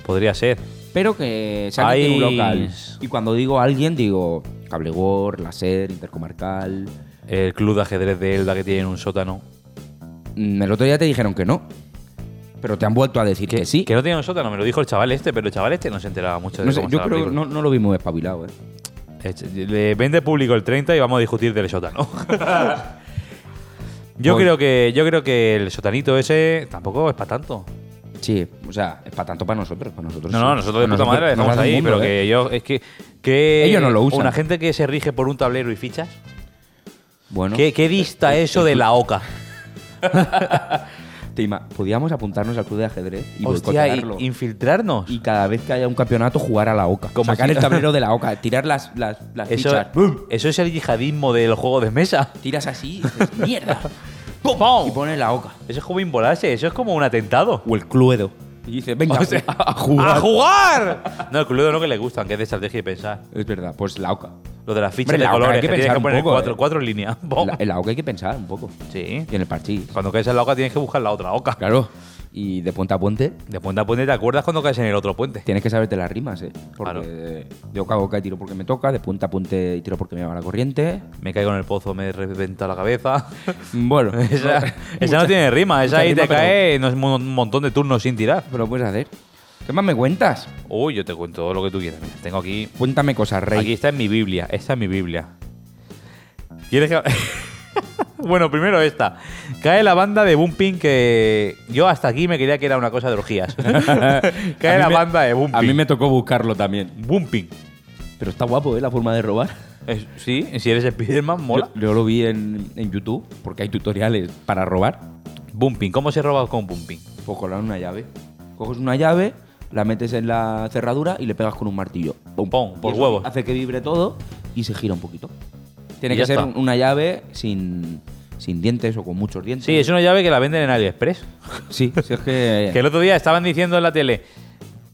[SPEAKER 2] Podría ser.
[SPEAKER 1] pero que se alguien tiene un
[SPEAKER 2] Ay.
[SPEAKER 1] local. Y cuando digo alguien, digo Cablegor, La Ser, Intercomarcal.
[SPEAKER 2] El club de ajedrez de Elda que tiene en un sótano.
[SPEAKER 1] Mm, El otro día te dijeron que no. Pero te han vuelto a decir que sí.
[SPEAKER 2] Que no tenía un sótano, me lo dijo el chaval este, pero el chaval este no se enteraba mucho de
[SPEAKER 1] No sé,
[SPEAKER 2] cómo
[SPEAKER 1] yo
[SPEAKER 2] estaba
[SPEAKER 1] creo
[SPEAKER 2] la
[SPEAKER 1] que
[SPEAKER 2] película.
[SPEAKER 1] no, no lo vi muy espabilado, ¿eh?
[SPEAKER 2] Eche- Le vende público el 30 y vamos a discutir del sótano. yo,
[SPEAKER 1] Voy.
[SPEAKER 2] creo que, yo creo que el sotanito ese tampoco es para tanto.
[SPEAKER 1] Sí, o sea, es para tanto para nosotros, para nosotros.
[SPEAKER 2] No,
[SPEAKER 1] sí.
[SPEAKER 2] no, nosotros de
[SPEAKER 1] Para
[SPEAKER 2] puta madre le
[SPEAKER 1] nos
[SPEAKER 2] dejamos
[SPEAKER 1] hace un
[SPEAKER 2] ahí,
[SPEAKER 1] mundo,
[SPEAKER 2] pero
[SPEAKER 1] ¿eh?
[SPEAKER 2] que yo. Es que, que.
[SPEAKER 1] Ellos no lo usan.
[SPEAKER 2] Una gente que se rige por un tablero y fichas.
[SPEAKER 1] Bueno,
[SPEAKER 2] ¿Qué, qué dista eso de la OCA?
[SPEAKER 1] te ima- podíamos apuntarnos al club de ajedrez y
[SPEAKER 2] Hostia, y-
[SPEAKER 1] boicotearlo. Y,
[SPEAKER 2] infiltrarnos.
[SPEAKER 1] cada vez que haya un campeonato, jugar a la OCA.
[SPEAKER 2] Como
[SPEAKER 1] Sacar
[SPEAKER 2] si-
[SPEAKER 1] el tablero de la OCA, tirar las, las, las
[SPEAKER 2] eso,
[SPEAKER 1] fichas. ¡Bum!
[SPEAKER 2] eso es el yihadismo del juego de mesa.
[SPEAKER 1] Tiras así y dices, ¡mierda!
[SPEAKER 2] ¡Pum!
[SPEAKER 1] Y pones la OCA.
[SPEAKER 2] Eso es como involarse, eso es como un atentado.
[SPEAKER 1] O el cluedo. Y dices, venga,
[SPEAKER 2] O sea,
[SPEAKER 1] a jugar.
[SPEAKER 2] ¡A jugar! No, el cluedo no que le gustan, que es de estrategia y pensar.
[SPEAKER 1] Es verdad, pues la OCA.
[SPEAKER 2] Lo de las fichas
[SPEAKER 1] Hombre,
[SPEAKER 2] de
[SPEAKER 1] la oca
[SPEAKER 2] colores,
[SPEAKER 1] hay que
[SPEAKER 2] que, tienes
[SPEAKER 1] pensar
[SPEAKER 2] que
[SPEAKER 1] un
[SPEAKER 2] poner
[SPEAKER 1] poco,
[SPEAKER 2] cuatro,
[SPEAKER 1] eh.
[SPEAKER 2] cuatro líneas. Pum.
[SPEAKER 1] La- en la OCA hay que pensar un poco.
[SPEAKER 2] sí.
[SPEAKER 1] Y en el parchís.
[SPEAKER 2] Oh. Cuando caes en la oca tienes que buscar la otra oca.
[SPEAKER 1] Claro. y de puente a puente
[SPEAKER 2] De puente a puente, ¿te acuerdas cuando caes en el otro puente?
[SPEAKER 1] tienes que saberte las rimas, ¿eh? Porque
[SPEAKER 2] Claro.
[SPEAKER 1] eh, yo cago acá y tiro porque me toca, de puente a puente y tiro porque me va la corriente.
[SPEAKER 2] Me caigo en el pozo, me reventa la cabeza.
[SPEAKER 1] Bueno,
[SPEAKER 2] Esa, esa
[SPEAKER 1] mucha-
[SPEAKER 2] no tiene rima, esa
[SPEAKER 1] mucha
[SPEAKER 2] ahí te
[SPEAKER 1] rima, pero-
[SPEAKER 2] cae no es mo- un montón de turnos sin tirar.
[SPEAKER 1] Pero lo puedes hacer. ¿Qué más me cuentas?
[SPEAKER 2] Uy, yo te cuento todo lo que tú quieras. Mira, tengo aquí.
[SPEAKER 1] Cuéntame cosas, rey.
[SPEAKER 2] Aquí está en mi Biblia. Esta es mi Biblia. ¿Quieres que.? bueno, primero esta. Cae la banda de Bumping que. Yo hasta aquí me creía que era una cosa de orgías.
[SPEAKER 1] A
[SPEAKER 2] Cae
[SPEAKER 1] mí
[SPEAKER 2] la
[SPEAKER 1] me-
[SPEAKER 2] banda de Bumping.
[SPEAKER 1] A mí me tocó buscarlo también.
[SPEAKER 2] Bumping.
[SPEAKER 1] Pero está guapo, ¿eh? La forma de robar.
[SPEAKER 2] Es- sí, si eres Spiderman, mola.
[SPEAKER 1] Yo, yo lo vi en, en YouTube, porque hay tutoriales para robar.
[SPEAKER 2] Bumping. ¿Cómo se roba con Bumping?
[SPEAKER 1] Pues colar una llave. Coges una llave, la metes en la cerradura y le pegas con un martillo. Pum,
[SPEAKER 2] Pum, por
[SPEAKER 1] Y eso
[SPEAKER 2] huevos.
[SPEAKER 1] Hace que vibre todo y se gira un poquito. Tiene
[SPEAKER 2] Y
[SPEAKER 1] que
[SPEAKER 2] ya
[SPEAKER 1] ser
[SPEAKER 2] está.
[SPEAKER 1] una llave sin, sin dientes o con muchos dientes.
[SPEAKER 2] Sí, es una llave que la venden en AliExpress.
[SPEAKER 1] Sí, si es que...
[SPEAKER 2] Que el otro día estaban diciendo en la tele,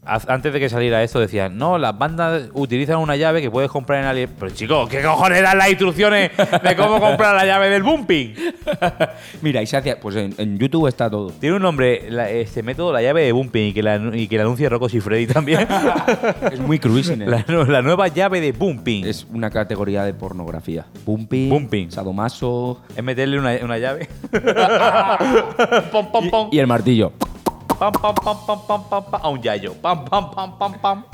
[SPEAKER 2] haz- antes de que saliera esto, decían, no, las bandas utilizan una llave que puedes comprar en AliExpress. Pero chicos, ¿qué cojones dan las instrucciones de cómo comprar la llave del bumping?
[SPEAKER 1] Mira, y se hace... Pues en, en YouTube está todo.
[SPEAKER 2] Tiene un nombre, la- este método, la llave de bumping, y que la, y que la anuncie Rocco y Freddy también.
[SPEAKER 1] Es muy cruising, ¿eh?
[SPEAKER 2] la, nu- la nueva llave de bumping. Es,
[SPEAKER 1] Es una categoría de pornografía. Pumping,
[SPEAKER 2] Pumping.
[SPEAKER 1] sadomaso
[SPEAKER 2] meterle una, una llave. pom, pom, pom.
[SPEAKER 1] y, y el martillo.
[SPEAKER 2] pam, pam, pam, pam, pam, pam, pam, a un yayo. Pam, pam, pam, pam, pam.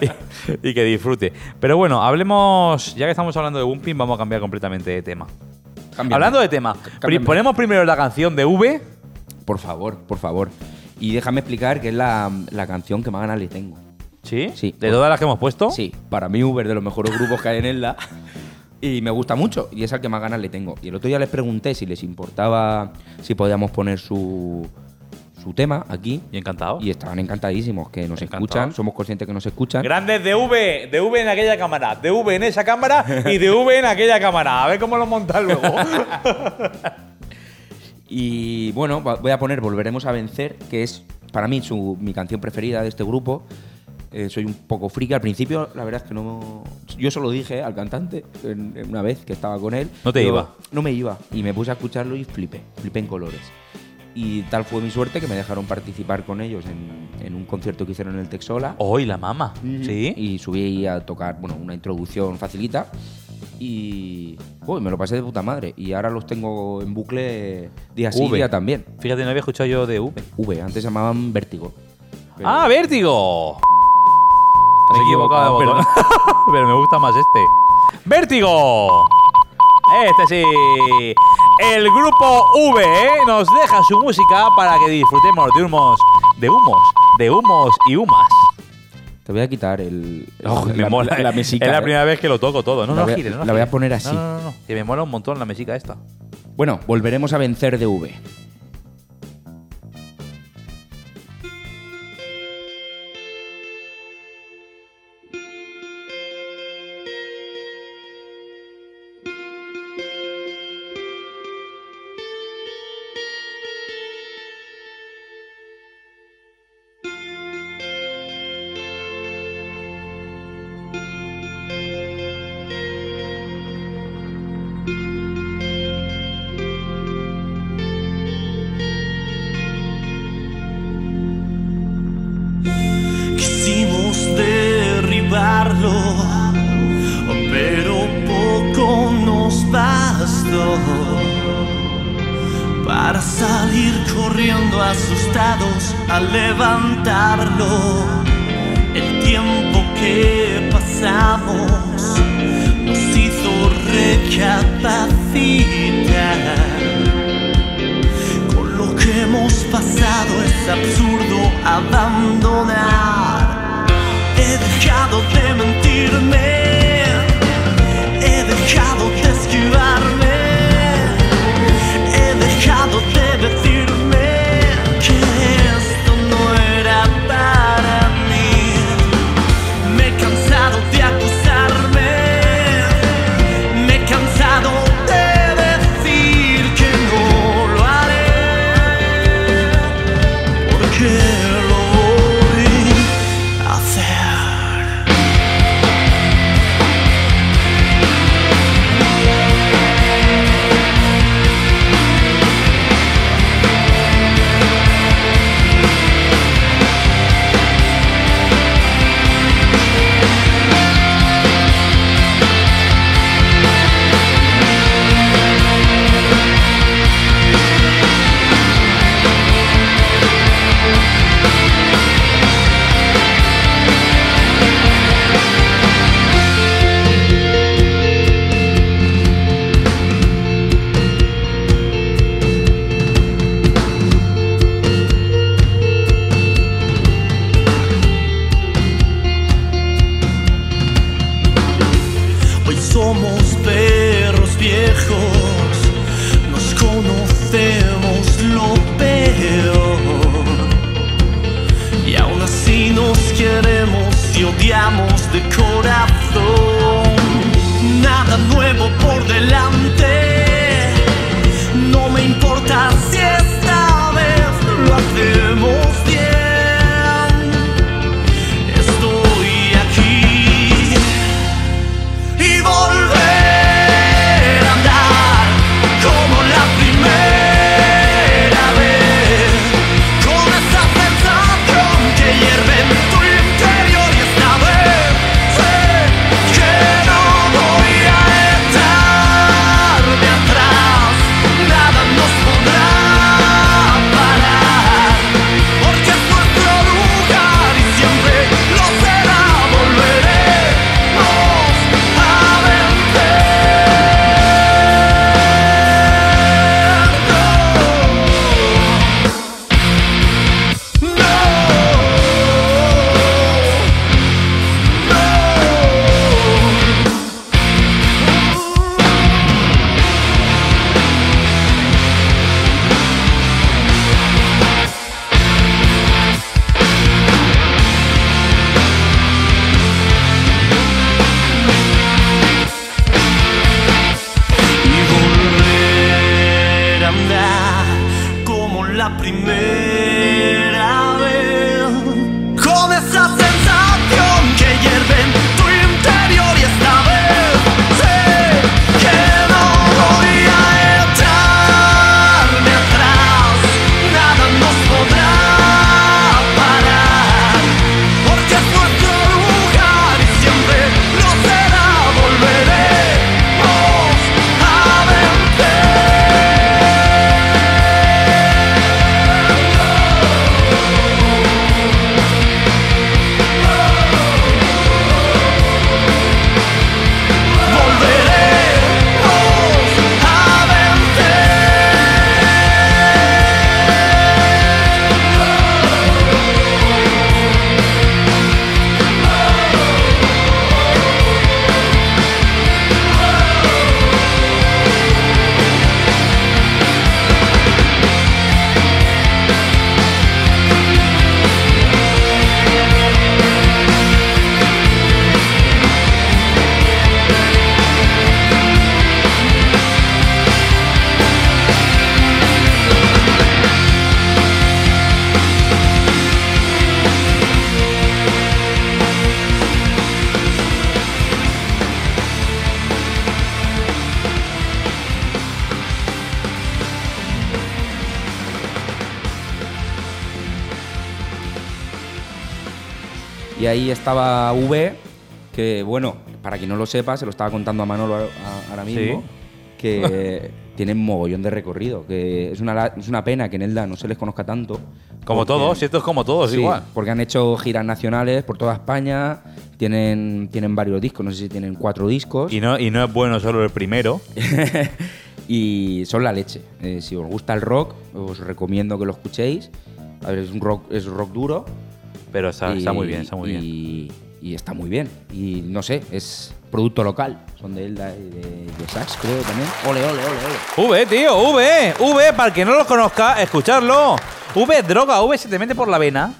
[SPEAKER 2] y, y que disfrute. Pero bueno, hablemos, ya que estamos hablando de Bumping, vamos a cambiar completamente de tema.
[SPEAKER 1] Cámbiame.
[SPEAKER 2] Hablando de tema, pri-
[SPEAKER 1] Cámbiame.
[SPEAKER 2] ponemos primero la canción de V.
[SPEAKER 1] Por favor, por favor. Y déjame explicar que es la, la canción que más ganas le tengo.
[SPEAKER 2] ¿Sí?
[SPEAKER 1] Sí.
[SPEAKER 2] De todas las que hemos puesto.
[SPEAKER 1] Sí, para mí Uber de los mejores grupos que hay en Elda. Y me gusta mucho, y es al que más ganas le tengo. Y el otro día les pregunté si les importaba si podíamos poner su, su tema aquí.
[SPEAKER 2] Y encantado.
[SPEAKER 1] Y estaban encantadísimos, que nos
[SPEAKER 2] Encantado.
[SPEAKER 1] escuchan, somos conscientes que nos escuchan.
[SPEAKER 2] Grandes de V, de V en aquella cámara, de V en esa cámara y de V en aquella cámara. A ver cómo lo montas luego.
[SPEAKER 1] Y bueno, va- voy a poner Volveremos a Vencer, que es para mí su- mi canción preferida de este grupo. Eh, soy un poco friki. Al principio, la verdad es que no. Yo se lo dije al cantante en- en una vez que estaba con él.
[SPEAKER 2] No te
[SPEAKER 1] Yo-
[SPEAKER 2] iba.
[SPEAKER 1] No me iba. Y me puse a escucharlo y flipé. Flipé en colores. Y tal fue mi suerte que me dejaron participar con ellos en, en un concierto que hicieron en el Texola.
[SPEAKER 2] Hoy la mama. Sí.
[SPEAKER 1] Y subí ahí a tocar, bueno, una introducción facilita. Y. Uy, me lo pasé de puta madre. Y ahora los tengo en bucle día sí,
[SPEAKER 2] V.
[SPEAKER 1] día también.
[SPEAKER 2] Fíjate, no había escuchado yo de V.
[SPEAKER 1] V, antes se llamaban Vértigo. Pero-
[SPEAKER 2] ¡Ah, Vértigo! Te has
[SPEAKER 1] equivocado,
[SPEAKER 2] equivocado de botón. Pero me gusta más este. ¡Vértigo! Este sí. El grupo V ¿eh? nos deja su música para que disfrutemos de humos, de humos, de humos y humas.
[SPEAKER 1] Te voy a quitar el.
[SPEAKER 2] Oh,
[SPEAKER 1] la,
[SPEAKER 2] me mola.
[SPEAKER 1] la- la mesica,
[SPEAKER 2] es la
[SPEAKER 1] eh.
[SPEAKER 2] primera vez que lo toco todo. No,
[SPEAKER 1] La
[SPEAKER 2] no,
[SPEAKER 1] voy a-
[SPEAKER 2] gires, no
[SPEAKER 1] la voy a
[SPEAKER 2] gires.
[SPEAKER 1] poner así.
[SPEAKER 2] No, no, no, Que me mola un montón la mesica esta.
[SPEAKER 1] Bueno, volveremos a vencer de V.
[SPEAKER 6] Quisimos derribarlo, pero poco nos bastó para salir corriendo asustados a levantarlo. El tiempo que pasamos nos hizo recapacitar. Con lo que hemos pasado es absurdo abandonar. He dejado de mentirme, he dejado de esquivarme, he dejado de decirme que esto no era para mí. Me he cansado de acusarme, me he cansado de decir que no lo haré, porque lo voy a hacer. cambiamos de corazón. Nada nuevo por delante. No me importa si esta vez lo hacemos bien. Estoy aquí y volver a andar como la primera vez. Con esa sensación que hierve en tu interior y esta vez sé que no voy a estar de atrás. Nada nos podrá parar, porque es nuestro lugar y siempre lo será. Volveremos a vencer. No, no, y volver a andar como la primera vez. Con esa sensación que hierve en tu interior y esta vez sé que no voy a echarme atrás. Nada nos podrá parar, porque es nuestro lugar y siempre lo será. Volveremos a vencer. Volveremos a vencer.
[SPEAKER 1] Y ahí estaba V, que bueno, para quien no lo sepa, se lo estaba contando a Manolo ahora- a- ahora mismo,
[SPEAKER 2] Sí.
[SPEAKER 1] que tiene un mogollón de recorrido, que es una, la- es una pena que en Elda no se les conozca tanto.
[SPEAKER 2] Como
[SPEAKER 1] porque-
[SPEAKER 2] todos, si esto es como todos,
[SPEAKER 1] Sí,
[SPEAKER 2] igual.
[SPEAKER 1] Porque han hecho giras nacionales por toda España, tienen, tienen varios discos, no sé si tienen cuatro discos.
[SPEAKER 2] Y no, y no es bueno solo el primero.
[SPEAKER 1] y son la leche. Eh, si os gusta el rock, os recomiendo que lo escuchéis. A ver, es un rock, es rock duro.
[SPEAKER 2] Pero está,
[SPEAKER 1] y-
[SPEAKER 2] está muy bien, está muy bien.
[SPEAKER 1] y- Y está muy bien. Y no sé, es producto local. Son de Elda y de, de Sax, creo también. Ole, ole, ole, ole.
[SPEAKER 2] V, tío, V, V, para el que no los conozca, escucharlo. V es droga, V se te mete por la vena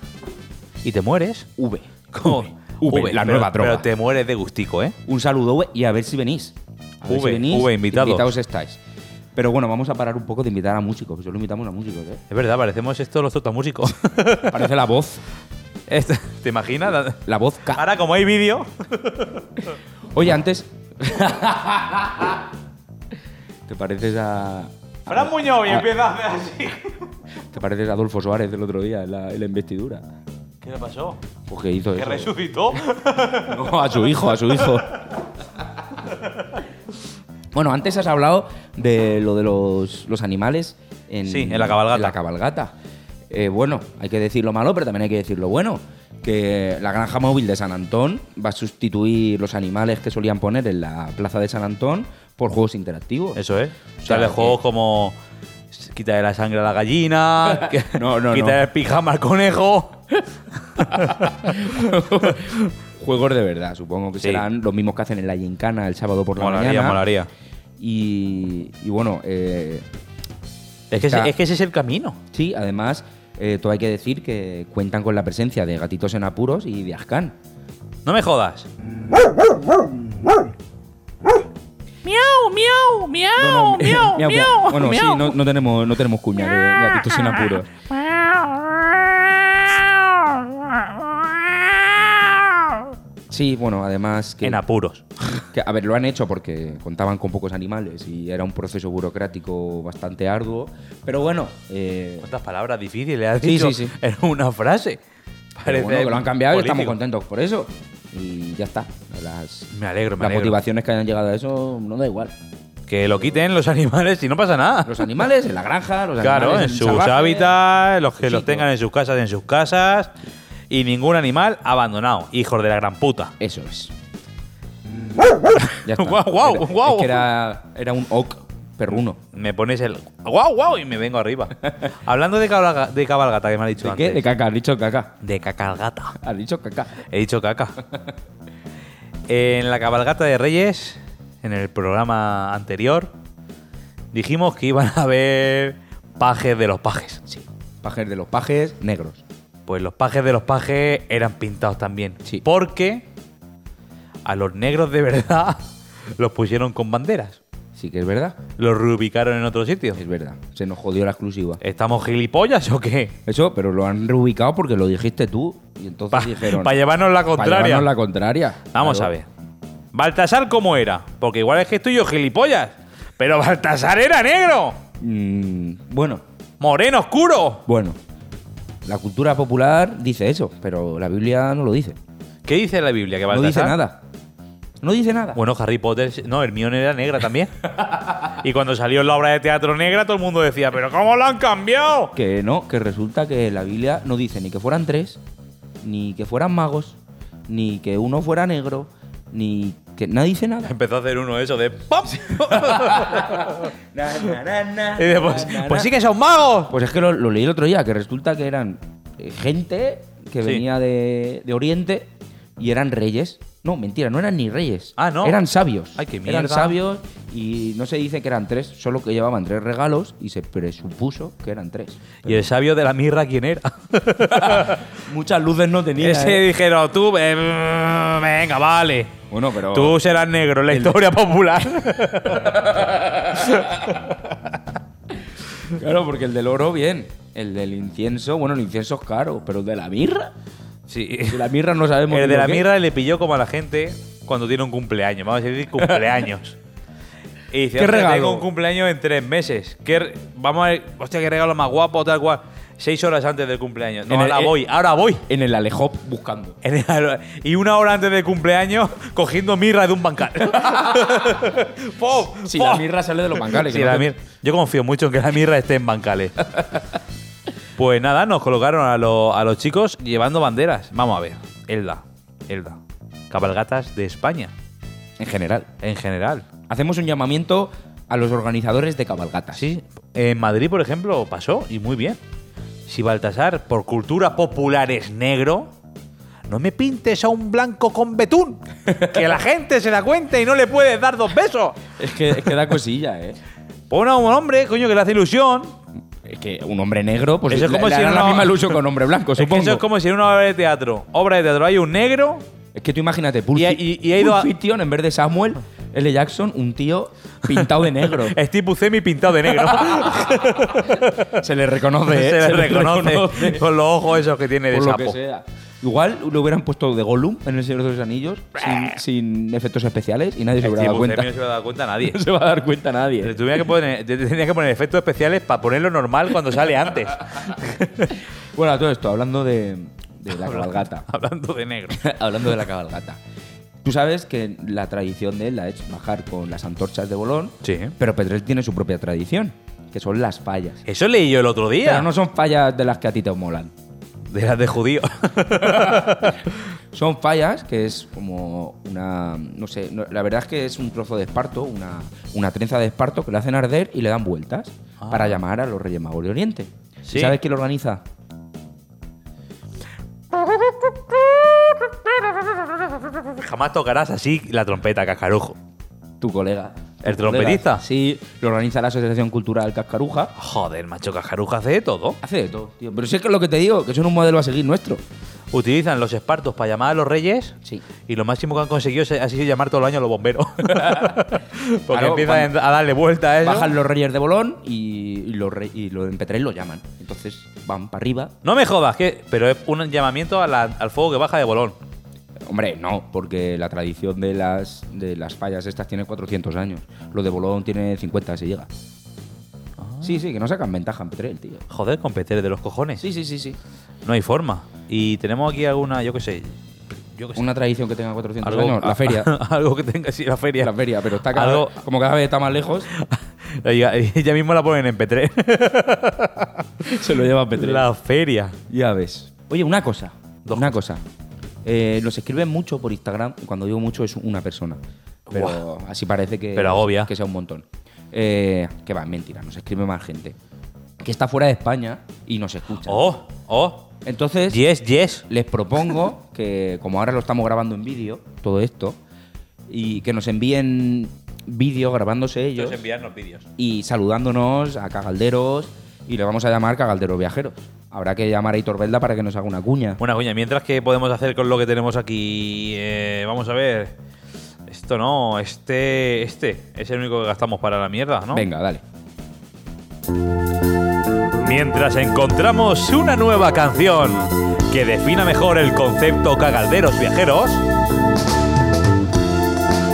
[SPEAKER 2] y te mueres.
[SPEAKER 1] V.
[SPEAKER 2] Como-
[SPEAKER 1] V, la
[SPEAKER 2] pero-
[SPEAKER 1] nueva droga.
[SPEAKER 2] Pero te mueres de gustico, ¿eh?
[SPEAKER 1] Un saludo, V, y a ver si venís. A ver
[SPEAKER 2] V,
[SPEAKER 1] si venís,
[SPEAKER 2] V, invitados.
[SPEAKER 1] estáis. Pero bueno, vamos a parar un poco de invitar a músicos. Solo invitamos a músicos, ¿eh?
[SPEAKER 2] Es verdad, parecemos estos los totamúsicos.
[SPEAKER 1] Parece la voz.
[SPEAKER 2] Esto- ¿Te imaginas?
[SPEAKER 1] La voz K.
[SPEAKER 2] Ahora, como hay vídeo.
[SPEAKER 1] Oye, antes. ¿Te pareces a.
[SPEAKER 2] Fran Muñoz y
[SPEAKER 1] Ah.
[SPEAKER 2] empieza a hacer así.
[SPEAKER 1] ¿Te pareces a Adolfo Suárez del otro día en la, en la investidura?
[SPEAKER 2] ¿Qué le pasó?
[SPEAKER 1] Pues que hizo
[SPEAKER 2] ¿Que
[SPEAKER 1] eso.
[SPEAKER 2] resucitó?
[SPEAKER 1] No, a su hijo, a su hijo. bueno, antes has hablado de lo de los, los animales en,
[SPEAKER 2] Sí, en la cabalgata.
[SPEAKER 1] en la cabalgata. Eh, bueno, hay que decir lo malo, pero también hay que decir lo bueno. Que la granja móvil de San Antón va a sustituir los animales que solían poner en la plaza de San Antón por juegos interactivos.
[SPEAKER 2] Eso es.
[SPEAKER 1] sea,
[SPEAKER 2] Sale
[SPEAKER 1] que-
[SPEAKER 2] juegos como quitarle la sangre a la gallina, que-
[SPEAKER 1] No, no,
[SPEAKER 2] quitarle
[SPEAKER 1] no.
[SPEAKER 2] el pijama al conejo.
[SPEAKER 1] Juegos de verdad, supongo que
[SPEAKER 2] Sí.
[SPEAKER 1] serán los mismos que hacen en la Gincana el sábado por la
[SPEAKER 2] Molaría,
[SPEAKER 1] mañana.
[SPEAKER 2] molaría.
[SPEAKER 1] Y, y bueno, eh,
[SPEAKER 2] Es que,
[SPEAKER 1] Está-
[SPEAKER 2] ese, es que ese es el camino.
[SPEAKER 1] sí, además, eh, todo hay que decir que cuentan con la presencia de Gatitos en Apuros y de Ascan.
[SPEAKER 2] No me jodas.
[SPEAKER 7] Miau, miau, miau, ¡Oh, miau,
[SPEAKER 1] Miau,
[SPEAKER 7] miau.
[SPEAKER 1] Bueno, sí,
[SPEAKER 7] miau.
[SPEAKER 1] no, no tenemos, no tenemos cuña de gatitos sin apuros. Sí, bueno, además que,
[SPEAKER 2] En apuros.
[SPEAKER 1] que, a ver, lo han hecho porque contaban con pocos animales y era un proceso burocrático bastante arduo. Pero bueno, eh,
[SPEAKER 2] ¿Cuántas palabras difíciles has
[SPEAKER 1] Sí,
[SPEAKER 2] dicho
[SPEAKER 1] sí, sí.
[SPEAKER 2] en una frase?
[SPEAKER 1] pero bueno, que lo han cambiado y estamos
[SPEAKER 2] político.
[SPEAKER 1] contentos por eso. Y ya está. Las,
[SPEAKER 2] Me alegro, me
[SPEAKER 1] las
[SPEAKER 2] alegro.
[SPEAKER 1] motivaciones que hayan llegado a eso no da igual.
[SPEAKER 2] Que lo quiten los animales y no pasa nada.
[SPEAKER 1] Los animales en la granja, los
[SPEAKER 2] Claro, en
[SPEAKER 1] animales
[SPEAKER 2] sus
[SPEAKER 1] salvaje.
[SPEAKER 2] hábitats, los que
[SPEAKER 1] Sí,
[SPEAKER 2] los
[SPEAKER 1] todo.
[SPEAKER 2] tengan en sus casas, en sus casas. Y ningún animal abandonado, hijos de la gran puta.
[SPEAKER 1] Eso es. Ya está.
[SPEAKER 2] Guau, guau,
[SPEAKER 1] Era-
[SPEAKER 2] guau.
[SPEAKER 1] Es que era, era un oak perruno.
[SPEAKER 2] Me pones el guau, guau y me vengo arriba. Hablando de, cabalga- de cabalgata que me ha dicho
[SPEAKER 1] ¿De
[SPEAKER 2] antes.
[SPEAKER 1] qué? De caca, has dicho caca.
[SPEAKER 2] De cabalgata.
[SPEAKER 1] Has dicho caca.
[SPEAKER 2] He dicho caca. en la cabalgata de Reyes, en el programa anterior, dijimos que iban a haber pajes de los pajes. Sí.
[SPEAKER 1] Pajes de los pajes negros.
[SPEAKER 2] Pues los pajes de los pajes eran pintados también.
[SPEAKER 1] Sí.
[SPEAKER 2] Porque a los negros de verdad los pusieron con banderas.
[SPEAKER 1] Sí que es verdad.
[SPEAKER 2] Los reubicaron en otro sitio.
[SPEAKER 1] Es verdad. Se nos jodió la exclusiva.
[SPEAKER 2] ¿Estamos gilipollas o qué?
[SPEAKER 1] Eso, pero lo han reubicado porque lo dijiste tú. Y entonces
[SPEAKER 2] Para
[SPEAKER 1] dijeron.
[SPEAKER 2] llevarnos la
[SPEAKER 1] "Pa
[SPEAKER 2] contraria.
[SPEAKER 1] llevarnos la contraria.
[SPEAKER 2] Vamos
[SPEAKER 1] Claro.
[SPEAKER 2] a ver. ¿Baltasar cómo era? Porque igual es que estoy yo gilipollas. Pero Baltasar era negro.
[SPEAKER 1] Mm, bueno,
[SPEAKER 2] Moreno oscuro.
[SPEAKER 1] bueno. La cultura popular dice eso, pero la Biblia no lo dice.
[SPEAKER 2] ¿Qué dice la Biblia? Que
[SPEAKER 1] No dice
[SPEAKER 2] Baltasar?
[SPEAKER 1] nada. No dice nada.
[SPEAKER 2] Bueno, Harry Potter, no, Hermione era negra también. y cuando salió la obra de teatro negra, todo el mundo decía, pero ¿cómo lo han cambiado?
[SPEAKER 1] Que no, que resulta que la Biblia no dice ni que fueran tres, ni que fueran magos, ni que uno fuera negro, ni que nada dice nada.
[SPEAKER 2] Empezó a hacer uno eso de ¡pop! y después, pues sí que son magos.
[SPEAKER 1] Pues es que lo, lo leí el otro día, que resulta que eran eh, gente que
[SPEAKER 2] Sí.
[SPEAKER 1] venía de, de Oriente y eran reyes. No, mentira, no eran ni reyes.
[SPEAKER 2] Ah, ¿no?
[SPEAKER 1] Eran sabios.
[SPEAKER 2] Ay, qué mierda.
[SPEAKER 1] Eran sabios y no se dice que eran tres, solo que llevaban tres regalos y se presupuso que eran tres.
[SPEAKER 2] ¿Y el sabio de la mirra quién era?
[SPEAKER 1] Muchas luces no tenía.
[SPEAKER 2] Ese dijeron, tú, eh, venga, vale.
[SPEAKER 1] Bueno, pero.
[SPEAKER 2] Tú serás negro, en la historia popular.
[SPEAKER 1] Claro, porque el del oro, bien. El del incienso, bueno, el incienso es caro, pero el de la mirra.
[SPEAKER 2] sí.
[SPEAKER 1] De la mirra no sabemos.
[SPEAKER 2] El
[SPEAKER 1] ni
[SPEAKER 2] de
[SPEAKER 1] lo
[SPEAKER 2] la
[SPEAKER 1] que
[SPEAKER 2] mirra le pilló como a la gente cuando tiene un cumpleaños. Vamos a decir cumpleaños. Y dice,
[SPEAKER 1] ¿Qué
[SPEAKER 2] "Hostia,
[SPEAKER 1] regalo?".
[SPEAKER 2] tengo un cumpleaños en tres meses. ¿Qué re- Vamos a ver, hostia, qué regalo más guapo, tal cual. Seis horas antes del cumpleaños. No,
[SPEAKER 1] En el-
[SPEAKER 2] ahora
[SPEAKER 1] eh-
[SPEAKER 2] voy, ahora voy.
[SPEAKER 1] es. En el Alejop buscando.
[SPEAKER 2] En el- y una hora antes del cumpleaños cogiendo mirra de un bancal. ¡Pop!
[SPEAKER 1] Si
[SPEAKER 2] ¡Pop!
[SPEAKER 1] la mirra sale de los bancales.
[SPEAKER 2] Sí,
[SPEAKER 1] que no
[SPEAKER 2] la
[SPEAKER 1] te-
[SPEAKER 2] mir- Yo confío mucho en que la mirra esté en bancales. pues nada, nos colocaron a, lo- a los chicos llevando banderas. Vamos a ver. Elda. Elda. Cabalgatas de España,
[SPEAKER 1] En general.
[SPEAKER 2] en general.
[SPEAKER 1] Hacemos un llamamiento a los organizadores de cabalgatas.
[SPEAKER 2] Sí. En Madrid, por ejemplo, pasó y muy bien. Si Baltasar, por cultura popular, es negro, no me pintes a un blanco con betún. que la gente se da cuenta y no le puedes dar dos besos.
[SPEAKER 1] Es que, es que da cosilla, ¿eh?
[SPEAKER 2] Pon a un hombre, coño, que le hace ilusión.
[SPEAKER 1] Es que un hombre negro, pues
[SPEAKER 2] Eso es
[SPEAKER 1] le-
[SPEAKER 2] como
[SPEAKER 1] le
[SPEAKER 2] si
[SPEAKER 1] hará la
[SPEAKER 2] no-
[SPEAKER 1] misma ilusión con un hombre blanco,
[SPEAKER 2] Es que
[SPEAKER 1] Pues supongo.
[SPEAKER 2] eso es como si en una obra de teatro, obra de teatro, hay un negro
[SPEAKER 1] Es que tú imagínate, Pulp,
[SPEAKER 2] y- y ha ido a-
[SPEAKER 1] Fiction, en vez de Samuel L. Jackson, un tío pintado de negro.
[SPEAKER 2] Steve Buscemi pintado de negro.
[SPEAKER 1] se le reconoce, ¿eh?
[SPEAKER 2] se, le reconoce,
[SPEAKER 1] reconoce.
[SPEAKER 2] con los ojos esos que tiene de
[SPEAKER 1] Por lo que
[SPEAKER 2] sapo.
[SPEAKER 1] sea. Igual lo hubieran puesto de Gollum en El Señor de los Anillos sin, sin efectos especiales y nadie se
[SPEAKER 2] Steve
[SPEAKER 1] hubiera dado
[SPEAKER 2] Buscemi
[SPEAKER 1] cuenta.
[SPEAKER 2] no se va a dar cuenta nadie.
[SPEAKER 1] No se va a dar cuenta
[SPEAKER 2] Le
[SPEAKER 1] nadie.
[SPEAKER 2] tuviera que poner, le tenía que poner efectos especiales para ponerlo normal cuando sale antes.
[SPEAKER 1] Bueno, a todo esto, hablando de, de la cabalgata.
[SPEAKER 2] Hablando de negro.
[SPEAKER 1] hablando de la cabalgata. Tú sabes que la tradición de él la es bajar con las antorchas de Bolón,
[SPEAKER 2] Sí.
[SPEAKER 1] pero Petrel tiene su propia tradición, que son las fallas.
[SPEAKER 2] Eso leí yo el otro día.
[SPEAKER 1] Pero no son fallas de las que a ti te molan.
[SPEAKER 2] De las de judío.
[SPEAKER 1] Son fallas, que es como una. No sé, no- la verdad es que es un trozo de esparto, una, una trenza de esparto que le hacen arder y le dan vueltas
[SPEAKER 2] Ah.
[SPEAKER 1] para llamar a los Reyes Magos de Oriente.
[SPEAKER 2] Sí.
[SPEAKER 1] ¿Y ¿Sabes quién lo organiza?
[SPEAKER 2] Jamás tocarás así la trompeta, cascarujo.
[SPEAKER 1] Tu colega.
[SPEAKER 2] ¿El
[SPEAKER 1] Tu colega.
[SPEAKER 2] trompetista?
[SPEAKER 1] Sí, lo organiza la Asociación Cultural Cascaruja.
[SPEAKER 2] Joder, macho, cascarujo hace de todo.
[SPEAKER 1] Hace de todo, tío. Pero si es que lo que te digo, que son un modelo a seguir nuestro.
[SPEAKER 2] utilizan los espartos para llamar a los reyes.
[SPEAKER 1] Sí.
[SPEAKER 2] Y lo máximo que han conseguido es así llamar todos los años a los bomberos. Porque
[SPEAKER 1] Claro,
[SPEAKER 2] empiezan
[SPEAKER 1] cuando-
[SPEAKER 2] a darle vuelta a eso.
[SPEAKER 1] Bajan los reyes de Bolón y, y los re- y los en Petrer lo llaman. Entonces van para arriba.
[SPEAKER 2] No me jodas, que, pero es un llamamiento a la- al fuego que baja de bolón.
[SPEAKER 1] Hombre, no, porque la tradición de las, de las fallas estas tiene 400 años. Lo de Bolón tiene 50 si llega. Sí, sí, que no sacan ventaja en Petrel, tío.
[SPEAKER 2] Joder, con Peter de los cojones.
[SPEAKER 1] Sí, sí, sí, sí.
[SPEAKER 2] No hay forma. Y tenemos aquí alguna, yo qué sé. Yo qué sé.
[SPEAKER 1] Una tradición que tenga 400 años, la feria.
[SPEAKER 2] algo que tenga, sí, la feria.
[SPEAKER 1] la feria, pero está cada
[SPEAKER 2] Algo-
[SPEAKER 1] vez- como cada vez está más lejos,
[SPEAKER 2] Ella, ella mismo la ponen en Petre.
[SPEAKER 1] se lo lleva a Petrel.
[SPEAKER 2] la feria.
[SPEAKER 1] Ya ves. Oye, una cosa.
[SPEAKER 2] Dos
[SPEAKER 1] Una cosa. Eh, nos escriben mucho por Instagram. y Cuando digo mucho es una persona. Pero así parece que,
[SPEAKER 2] Pero agobia.
[SPEAKER 1] que sea un montón. Eh, que va, mentira. Nos escribe más gente. Que está fuera de España y nos escucha.
[SPEAKER 2] Oh, oh.
[SPEAKER 1] Entonces,
[SPEAKER 2] Yes, yes.
[SPEAKER 1] les propongo que, como ahora lo estamos grabando en vídeo, todo esto, y que nos envíen vídeo grabándose ellos
[SPEAKER 2] enviarnos vídeos.
[SPEAKER 1] y saludándonos a Cagalderos y le vamos a llamar Cagalderos Viajeros. Habrá que llamar a Hitor Velda para que nos haga una cuña.
[SPEAKER 2] Bueno, coña, mientras que podemos hacer con lo que tenemos aquí, Eh, vamos a ver. Esto no, este, este es el único que gastamos para la mierda, ¿no?
[SPEAKER 1] Venga, dale.
[SPEAKER 2] Mientras encontramos una nueva canción que defina mejor el concepto cagalderos viajeros,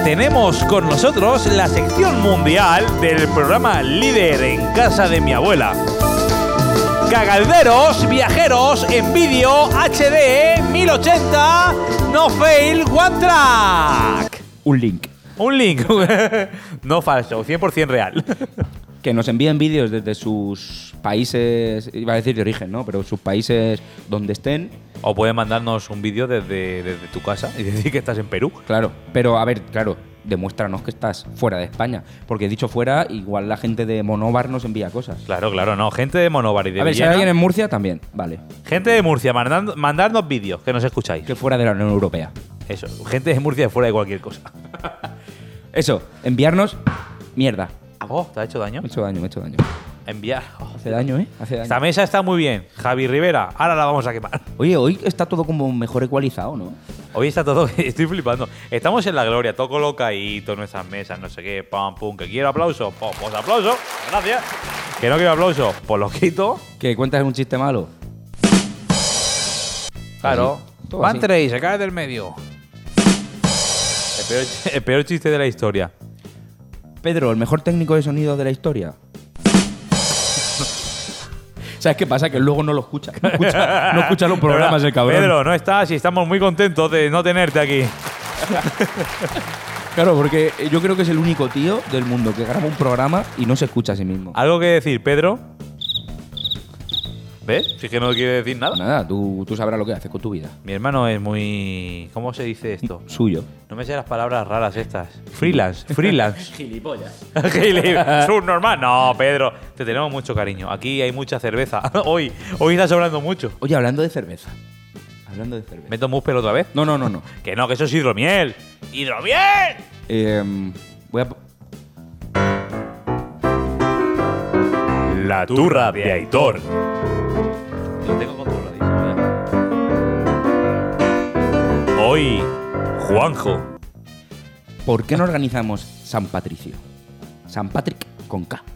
[SPEAKER 2] tenemos con nosotros la sección mundial del programa Líder en casa de mi abuela. Cagalderos viajeros en vídeo HD 1080 No Fail One Track.
[SPEAKER 1] Un link.
[SPEAKER 2] Un link, no falso, 100% real.
[SPEAKER 1] Que nos envíen vídeos desde sus países, iba a decir de origen, ¿no? Pero sus países donde estén.
[SPEAKER 2] O puedes mandarnos un vídeo desde, desde tu casa y decir que estás en Perú.
[SPEAKER 1] Claro, pero a ver, claro, demuéstranos que estás fuera de España. Porque dicho fuera, igual la gente de Monóvar nos envía cosas.
[SPEAKER 2] Claro, claro, no. Gente de Monóvar y de
[SPEAKER 1] a ver, si hay
[SPEAKER 2] Villena.
[SPEAKER 1] alguien en Murcia, también, vale.
[SPEAKER 2] Gente de Murcia, mandando, mandadnos vídeos que nos escucháis.
[SPEAKER 1] Que fuera de la Unión Europea.
[SPEAKER 2] Eso, gente de Murcia fuera de cualquier cosa.
[SPEAKER 1] Eso, enviarnos mierda.
[SPEAKER 2] Oh, ¿te ha hecho daño?
[SPEAKER 1] Me he hecho daño, me he hecho daño.
[SPEAKER 2] Enviar. Oh.
[SPEAKER 1] Hace daño, ¿eh? Hace daño.
[SPEAKER 2] Esta mesa está muy bien. Javi Rivera, ahora la vamos a quemar.
[SPEAKER 1] Oye, hoy está todo como mejor ecualizado, ¿no?
[SPEAKER 2] Hoy está todo. Estoy flipando. Estamos en la gloria. Todo colocadito, nuestras mesas, no sé qué. Pam, pum. Que quiero aplauso. Pum, pues aplauso. Gracias. Que no quiero aplauso. Pues lo quito.
[SPEAKER 1] Que cuentas un chiste malo.
[SPEAKER 2] Claro.
[SPEAKER 1] Todo
[SPEAKER 2] Van
[SPEAKER 1] así.
[SPEAKER 2] tres, se cae del medio. El peor, el peor chiste de la historia.
[SPEAKER 1] Pedro, el mejor técnico de sonido de la historia. ¿Sabes qué pasa? Que luego no lo escucha. No escucha, no escucha los programas
[SPEAKER 2] ¿Verdad?
[SPEAKER 1] el cabrón.
[SPEAKER 2] Pedro, no estás y estamos muy contentos de no tenerte aquí.
[SPEAKER 1] Claro, porque yo creo que es el único tío del mundo que graba un programa y no se escucha a sí mismo.
[SPEAKER 2] ¿Algo que decir, Pedro? ¿Ves? Si es que no quiere decir nada.
[SPEAKER 1] Nada, tú, tú sabrás lo que haces con tu vida.
[SPEAKER 2] Mi hermano es muy. ¿Cómo se dice esto?
[SPEAKER 1] Suyo.
[SPEAKER 2] No me sé las palabras raras estas. Freelance, freelance. Gilipollas. Subnormal. No, Pedro, te tenemos mucho cariño. Aquí hay mucha cerveza. hoy, hoy está sobrando mucho.
[SPEAKER 1] Oye, hablando de cerveza. Hablando de cerveza.
[SPEAKER 2] ¿Meto muspel otra vez?
[SPEAKER 1] No, no, no, no.
[SPEAKER 2] Que no, que eso es hidromiel. ¡Hidromiel!
[SPEAKER 1] Em, voy a. po-
[SPEAKER 2] La turra de Aitor. Lo tengo controladísimo. ya. Hoy, Juanjo.
[SPEAKER 1] ¿Por qué no organizamos San Patricio? San Patrick con K.
[SPEAKER 2] San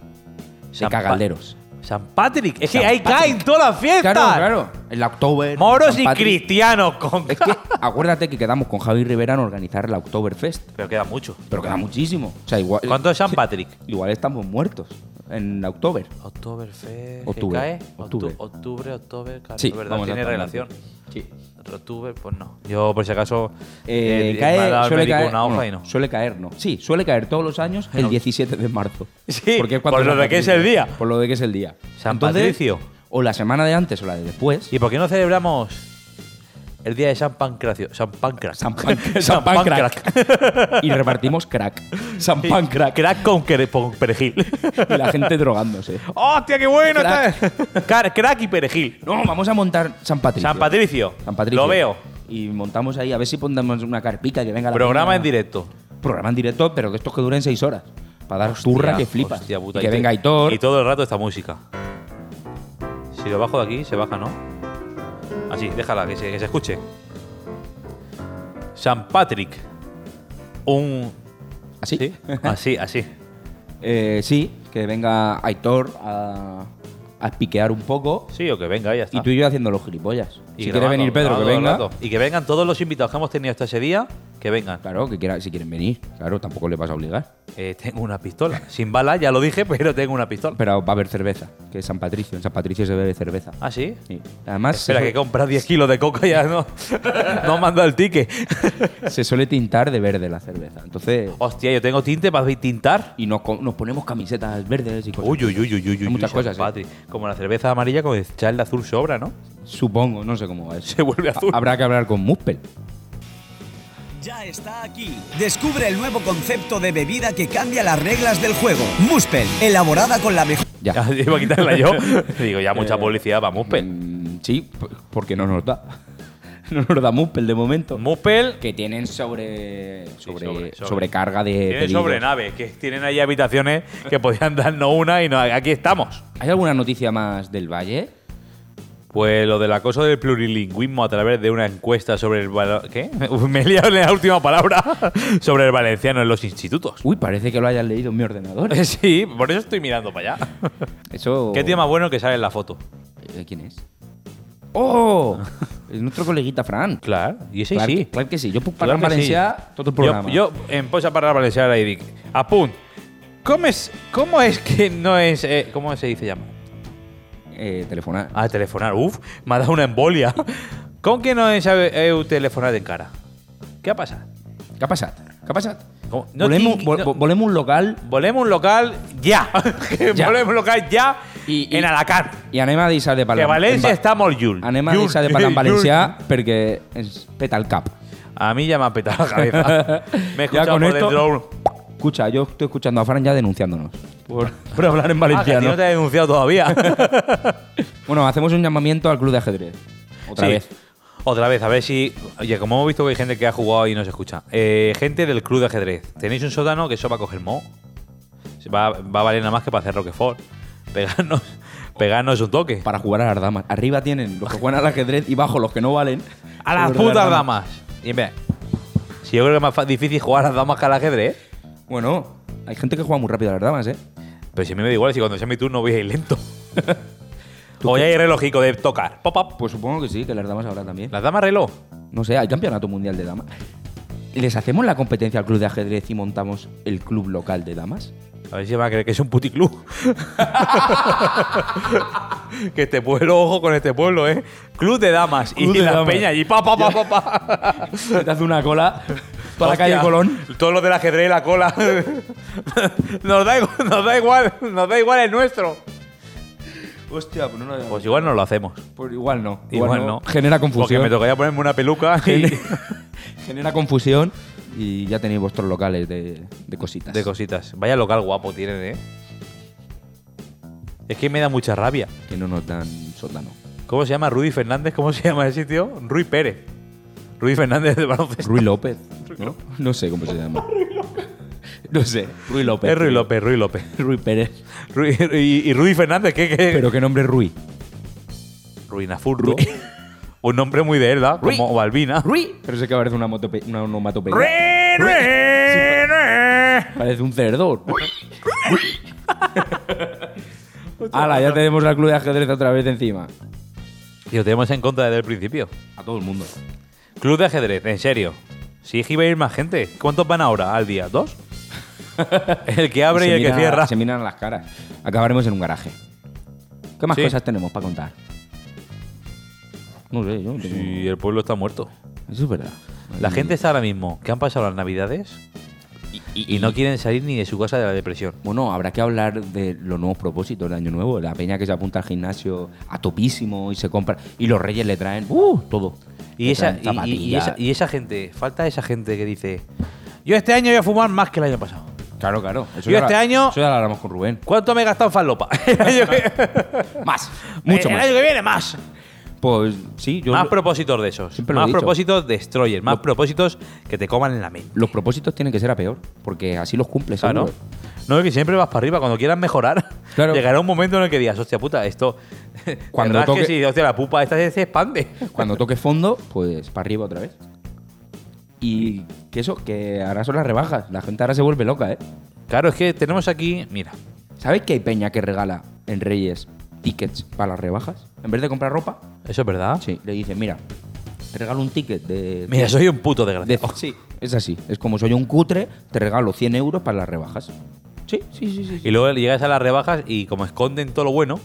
[SPEAKER 1] Se
[SPEAKER 2] Pa-
[SPEAKER 1] cagalderos.
[SPEAKER 2] San Patrick. Es que
[SPEAKER 1] San
[SPEAKER 2] hay K en todas las fiestas.
[SPEAKER 1] Claro, claro. El October.
[SPEAKER 2] Moros
[SPEAKER 1] San
[SPEAKER 2] y
[SPEAKER 1] Patrick.
[SPEAKER 2] cristianos con
[SPEAKER 1] Es
[SPEAKER 2] K.
[SPEAKER 1] que acuérdate que quedamos con Javi Rivera en organizar la Oktoberfest,
[SPEAKER 2] Pero queda mucho.
[SPEAKER 1] pero queda muchísimo. O sea, igual,
[SPEAKER 2] ¿Cuánto es San
[SPEAKER 1] sí,
[SPEAKER 2] Patrick?
[SPEAKER 1] Igual estamos muertos en October.
[SPEAKER 2] Oktoberfest.
[SPEAKER 1] Octubre,
[SPEAKER 2] ¿Qué cae?
[SPEAKER 1] octubre.
[SPEAKER 2] Octu- Octubre, octubre, claro.
[SPEAKER 1] Sí,
[SPEAKER 2] es verdad,
[SPEAKER 1] vamos a
[SPEAKER 2] tiene
[SPEAKER 1] estar
[SPEAKER 2] relación.
[SPEAKER 1] muertos. Sí.
[SPEAKER 2] Octubre, pues no. Yo, por si acaso,
[SPEAKER 1] Eh,
[SPEAKER 2] eh, me ha dado
[SPEAKER 1] cae,
[SPEAKER 2] el
[SPEAKER 1] suele
[SPEAKER 2] médico
[SPEAKER 1] caer,
[SPEAKER 2] una hoja
[SPEAKER 1] bueno,
[SPEAKER 2] y no.
[SPEAKER 1] suele caer, no. Sí, suele caer todos los años el 17 de marzo.
[SPEAKER 2] Sí,
[SPEAKER 1] Porque es cuando
[SPEAKER 2] por lo
[SPEAKER 1] San
[SPEAKER 2] de que es
[SPEAKER 1] Patricio.
[SPEAKER 2] el día.
[SPEAKER 1] Por lo de que es el día.
[SPEAKER 2] San Patricio.
[SPEAKER 1] O la semana de antes o la de después.
[SPEAKER 2] ¿Y por qué no celebramos el día de San Pancracio? San Pancrac.
[SPEAKER 1] San Pan-
[SPEAKER 2] San
[SPEAKER 1] San Pancrac.
[SPEAKER 2] Pancrac.
[SPEAKER 1] y repartimos crack. San pan crack.
[SPEAKER 2] Crack con, quere- con perejil.
[SPEAKER 1] Y la gente drogándose.
[SPEAKER 2] ¡Hostia, qué bueno!
[SPEAKER 1] Crack.
[SPEAKER 2] está! Car- crack y perejil.
[SPEAKER 1] No, vamos a montar San Patricio.
[SPEAKER 2] San Patricio.
[SPEAKER 1] San Patricio.
[SPEAKER 2] Lo veo.
[SPEAKER 1] Y montamos ahí, a ver si pondamos una carpica que venga la
[SPEAKER 2] Programa
[SPEAKER 1] peña.
[SPEAKER 2] en directo.
[SPEAKER 1] Programa en directo, pero de estos que duren seis horas. Para dar turra que flipas.
[SPEAKER 2] Hostia puta,
[SPEAKER 1] y que
[SPEAKER 2] te-
[SPEAKER 1] venga Hitor.
[SPEAKER 2] Y todo el rato esta música. Si lo bajo de aquí, se baja, ¿no? Así, déjala, que se, que se escuche. San Patrick. Un.
[SPEAKER 1] ¿Así?
[SPEAKER 2] ¿Sí? Así, así.
[SPEAKER 1] Eh, sí, que venga Aitor a, a piquear un poco.
[SPEAKER 2] Sí, o que venga, ya está.
[SPEAKER 1] Y tú y yo haciendo los gilipollas. si quiere
[SPEAKER 2] grabando,
[SPEAKER 1] venir Pedro, que
[SPEAKER 2] grabando
[SPEAKER 1] venga.
[SPEAKER 2] todo el rato. Y que vengan todos los invitados que hemos tenido hasta ese día, que vengan.
[SPEAKER 1] Claro, que quiera, si quieren venir. Claro, tampoco le vas a obligar.
[SPEAKER 2] Eh, tengo una pistola. Sin bala, ya lo dije, pero tengo una pistola.
[SPEAKER 1] Pero va a haber cerveza, que es San Patricio. En San Patricio se bebe cerveza.
[SPEAKER 2] ¿Ah, sí?
[SPEAKER 1] Sí. Además,
[SPEAKER 2] Espera,
[SPEAKER 1] se,
[SPEAKER 2] que compras 10 kilos de coca ya no. no manda el ticket.
[SPEAKER 1] se suele tintar de verde la cerveza. Entonces,
[SPEAKER 2] Hostia, yo tengo tinte para tintar.
[SPEAKER 1] y nos, co- nos ponemos camisetas verdes y cosas.
[SPEAKER 2] Uy, uy, uy, uy, uy.
[SPEAKER 1] Pues Hay muchas
[SPEAKER 2] uy, San
[SPEAKER 1] cosas, ¿eh?
[SPEAKER 2] Patri. Como la cerveza amarilla, como echar el azul sobra, ¿no?
[SPEAKER 1] Supongo, no sé cómo va eso.
[SPEAKER 2] Se vuelve azul.
[SPEAKER 1] Ha- Habrá que hablar con Muspel.
[SPEAKER 4] Ya está aquí. Descubre el nuevo concepto de bebida que cambia las reglas del juego. Muspel, elaborada con la mejor.
[SPEAKER 1] Ya.
[SPEAKER 2] Ya, pues. iba a quitarla yo. Digo, ya
[SPEAKER 1] Eh,
[SPEAKER 2] mucha publicidad para Muspel.
[SPEAKER 1] Mm, sí, p- porque no nos da. no nos da Muspel de momento.
[SPEAKER 2] Muspel
[SPEAKER 1] que tienen sobre, sobre,
[SPEAKER 2] sobre- sobre.
[SPEAKER 1] sobrecarga de
[SPEAKER 2] tiene
[SPEAKER 1] pedidos.
[SPEAKER 2] sobrenave, que tienen ahí habitaciones que podían darnos una y no, aquí estamos.
[SPEAKER 1] ¿Hay alguna noticia más del Valle?
[SPEAKER 2] Pues lo del acoso del plurilingüismo a través de una encuesta sobre el... valo- ¿Qué? Me he liado en la última palabra. sobre el valenciano en los institutos.
[SPEAKER 1] Uy, parece que lo hayan leído en mi ordenador.
[SPEAKER 2] Sí, por eso estoy mirando para allá.
[SPEAKER 1] Eso.
[SPEAKER 2] ¿Qué tema bueno que sale en la foto?
[SPEAKER 1] Eh, ¿Quién es? ¡Oh! es nuestro coleguita Fran.
[SPEAKER 2] Claro, y ese
[SPEAKER 1] claro,
[SPEAKER 2] sí.
[SPEAKER 1] Claro que sí. Yo puc
[SPEAKER 2] Claro
[SPEAKER 1] parlar
[SPEAKER 2] que
[SPEAKER 1] en valencià
[SPEAKER 2] sí.
[SPEAKER 1] tot el programa.
[SPEAKER 2] Yo, yo, en posa para valencià ahora y dic, apunt, ¿cómo es, ¿cómo es que no es... eh, ¿Cómo se dice llamar?
[SPEAKER 1] Eh, telefonar.
[SPEAKER 2] Ah, telefonar, uf, me ha dado una embolia. ¿Con que no es eu telefonar en cara? ¿Qué ha pasado?
[SPEAKER 1] Què ha passat? Què ha passat?
[SPEAKER 2] Com- no
[SPEAKER 1] volem,
[SPEAKER 2] tingui-
[SPEAKER 1] un, vo-
[SPEAKER 2] no-
[SPEAKER 1] vo- volem un local
[SPEAKER 2] Volemos un local ya.
[SPEAKER 1] Ya.
[SPEAKER 2] Volemos un local ya
[SPEAKER 1] Y- y-
[SPEAKER 2] en Alacant.
[SPEAKER 1] i anem a deixar de
[SPEAKER 2] Que
[SPEAKER 1] parlar...
[SPEAKER 2] Valencia
[SPEAKER 1] en va-
[SPEAKER 2] está molt lluny.
[SPEAKER 1] Anem a
[SPEAKER 2] Lluny,
[SPEAKER 1] deixar de parlar en
[SPEAKER 2] lluny.
[SPEAKER 1] valencià perquè ens peta el cap.
[SPEAKER 2] A mí ya me ha petado la cabeza. Me he
[SPEAKER 1] Ya
[SPEAKER 2] escuchado
[SPEAKER 1] con
[SPEAKER 2] por
[SPEAKER 1] esto-
[SPEAKER 2] dentro un-
[SPEAKER 1] Escucha, yo estoy escuchando a Fran ya denunciándonos por, por hablar en
[SPEAKER 2] Ah, que a ti
[SPEAKER 1] valenciano.
[SPEAKER 2] no te he denunciado todavía.
[SPEAKER 1] Bueno, hacemos un llamamiento al club de ajedrez. Otra
[SPEAKER 2] Sí.
[SPEAKER 1] vez.
[SPEAKER 2] Otra vez, a ver si. Oye, como hemos visto que hay gente que ha jugado y no se escucha. Eh, gente del club de ajedrez. Tenéis un sótano que eso va a coger mo. Se Va, va a valer nada más que para hacer Roquefort. Pegarnos, pegarnos un toque.
[SPEAKER 1] Para jugar a las damas. Arriba tienen los que juegan al ajedrez y bajo los que no valen.
[SPEAKER 2] A las
[SPEAKER 1] Los de
[SPEAKER 2] putas damas. Y en vez- Si yo creo que es más fa- difícil jugar a las damas que al ajedrez.
[SPEAKER 1] Bueno, hay gente que juega muy rápido a las damas, ¿eh?
[SPEAKER 2] Pero si a mí me da igual, si cuando sea mi turno voy a ir lento. o ya hay relojico de tocar. Pop, pop.
[SPEAKER 1] Pues supongo que sí, que las damas ahora también.
[SPEAKER 2] Las damas reloj.
[SPEAKER 1] No sé, hay campeonato mundial de damas. ¿Les hacemos la competencia al club de ajedrez y montamos el club local de damas?
[SPEAKER 2] A ver si van a creer que es un puticlub. que este pueblo, ojo con este pueblo, ¿eh? Club de damas.
[SPEAKER 1] Club
[SPEAKER 2] y
[SPEAKER 1] de
[SPEAKER 2] la
[SPEAKER 1] damas.
[SPEAKER 2] peña allí. Pa, pa, pa, pa, pa.
[SPEAKER 1] Te hace una cola toda la
[SPEAKER 2] Hostia,
[SPEAKER 1] calle Colón.
[SPEAKER 2] Todos los del ajedrez y la cola. nos, da igual, nos da igual, nos da igual el nuestro.
[SPEAKER 1] Hostia, pues no lo
[SPEAKER 2] Pues igual no lo hacemos.
[SPEAKER 1] Pues igual no.
[SPEAKER 2] Igual, no.
[SPEAKER 1] Genera
[SPEAKER 2] Porque
[SPEAKER 1] confusión.
[SPEAKER 2] me tocaría ponerme una peluca y
[SPEAKER 1] Gene- genera confusión y ya tenéis vuestros locales de, de cositas.
[SPEAKER 2] de cositas. Vaya local guapo tienen, ¿eh? Es que me da mucha rabia.
[SPEAKER 1] que no nos dan sótano.
[SPEAKER 2] ¿Cómo se llama? Rudy Fernández. ¿Cómo se llama el sitio? Rui Pérez. Rudy Fernández de baloncesto.
[SPEAKER 1] Rui López, ¿no? No sé cómo se llama. No sé, Rui López.
[SPEAKER 2] Es Rui López, Eh. Rui López.
[SPEAKER 1] Rui Pérez.
[SPEAKER 2] Rui- y, y Rudy Fernández, ¿qué? qué?
[SPEAKER 1] Pero qué nombre es Rui.
[SPEAKER 2] Ruinafurro. Un nombre muy de herda,
[SPEAKER 1] Rui.
[SPEAKER 2] como Balbina.
[SPEAKER 1] Rui. Pero sé que parece una, motope una onomatopeya.
[SPEAKER 2] Rui, Rui, Rui.
[SPEAKER 1] Parece un cerdo. Ala, ya tenemos la club de ajedrez otra vez encima.
[SPEAKER 2] Y lo tenemos en contra desde el principio.
[SPEAKER 1] A todo el mundo.
[SPEAKER 2] Club de ajedrez, en serio. Si es que iba a ir más gente. ¿Cuántos van ahora al día? ¿Dos? el que abre y,
[SPEAKER 1] Se
[SPEAKER 2] el
[SPEAKER 1] mira-
[SPEAKER 2] que cierra.
[SPEAKER 1] Se miran las caras. Acabaremos en un garaje. ¿Qué más
[SPEAKER 2] Sí.
[SPEAKER 1] cosas tenemos para contar? No sé, yo no tengo-
[SPEAKER 2] Sí, el pueblo está muerto.
[SPEAKER 1] Eso es verdad.
[SPEAKER 2] La gente está ahora mismo que han pasado las navidades y, no quieren salir ni de su casa de la depresión.
[SPEAKER 1] Bueno, habrá que hablar de los nuevos propósitos de Año Nuevo. La peña que se apunta al gimnasio a topísimo y se compra. Y los reyes le traen. ¡Uh! Todo.
[SPEAKER 2] Y
[SPEAKER 1] Le
[SPEAKER 2] esa,
[SPEAKER 1] traen
[SPEAKER 2] y- y- y
[SPEAKER 1] zapatillas.
[SPEAKER 2] esa, y esa gente, falta esa gente que dice, yo este año voy a fumar más que el año pasado.
[SPEAKER 1] Claro, claro. Eso
[SPEAKER 2] Yo
[SPEAKER 1] ya
[SPEAKER 2] este
[SPEAKER 1] la-
[SPEAKER 2] año-
[SPEAKER 1] Eso ya lo hablamos con Rubén.
[SPEAKER 2] ¿Cuánto me he gastado en falopa? El año que-
[SPEAKER 1] Más. Mucho
[SPEAKER 2] Eh, el
[SPEAKER 1] más.
[SPEAKER 2] año que viene, más.
[SPEAKER 1] Pues sí, yo.
[SPEAKER 2] más propósitos de esos.
[SPEAKER 1] Siempre lo he
[SPEAKER 2] Más
[SPEAKER 1] dicho.
[SPEAKER 2] propósitos destroyers. Más propósitos que te coman en la mente.
[SPEAKER 1] los propósitos tienen que ser a peor. Porque así los cumples.
[SPEAKER 2] Claro.
[SPEAKER 1] seguro.
[SPEAKER 2] No, es que siempre vas para arriba. Cuando quieras mejorar,
[SPEAKER 1] Claro.
[SPEAKER 2] Llegará un momento en el que digas, hostia puta, esto.
[SPEAKER 1] Cuando
[SPEAKER 2] Cuando rasques
[SPEAKER 1] toque-
[SPEAKER 2] y dices, hostia, la pupa esta se se expande.
[SPEAKER 1] Cuando toque fondo, pues para arriba otra vez. Y que eso, que ahora son las rebajas. La gente ahora se vuelve loca, ¿eh?
[SPEAKER 2] Claro, es que tenemos aquí. Mira,
[SPEAKER 1] ¿Sabéis que hay peña que regala en Reyes tickets para las rebajas? En vez de comprar ropa,
[SPEAKER 2] eso es verdad.
[SPEAKER 1] sí, le dicen, mira, te regalo un ticket de...
[SPEAKER 2] Mira, soy un puto
[SPEAKER 1] de-
[SPEAKER 2] desgraciado.
[SPEAKER 1] sí, es así. Es como soy un cutre, te regalo 100 euros para las rebajas. Sí, sí, sí, sí. sí.
[SPEAKER 2] Y luego llegas a las rebajas y como esconden todo lo bueno,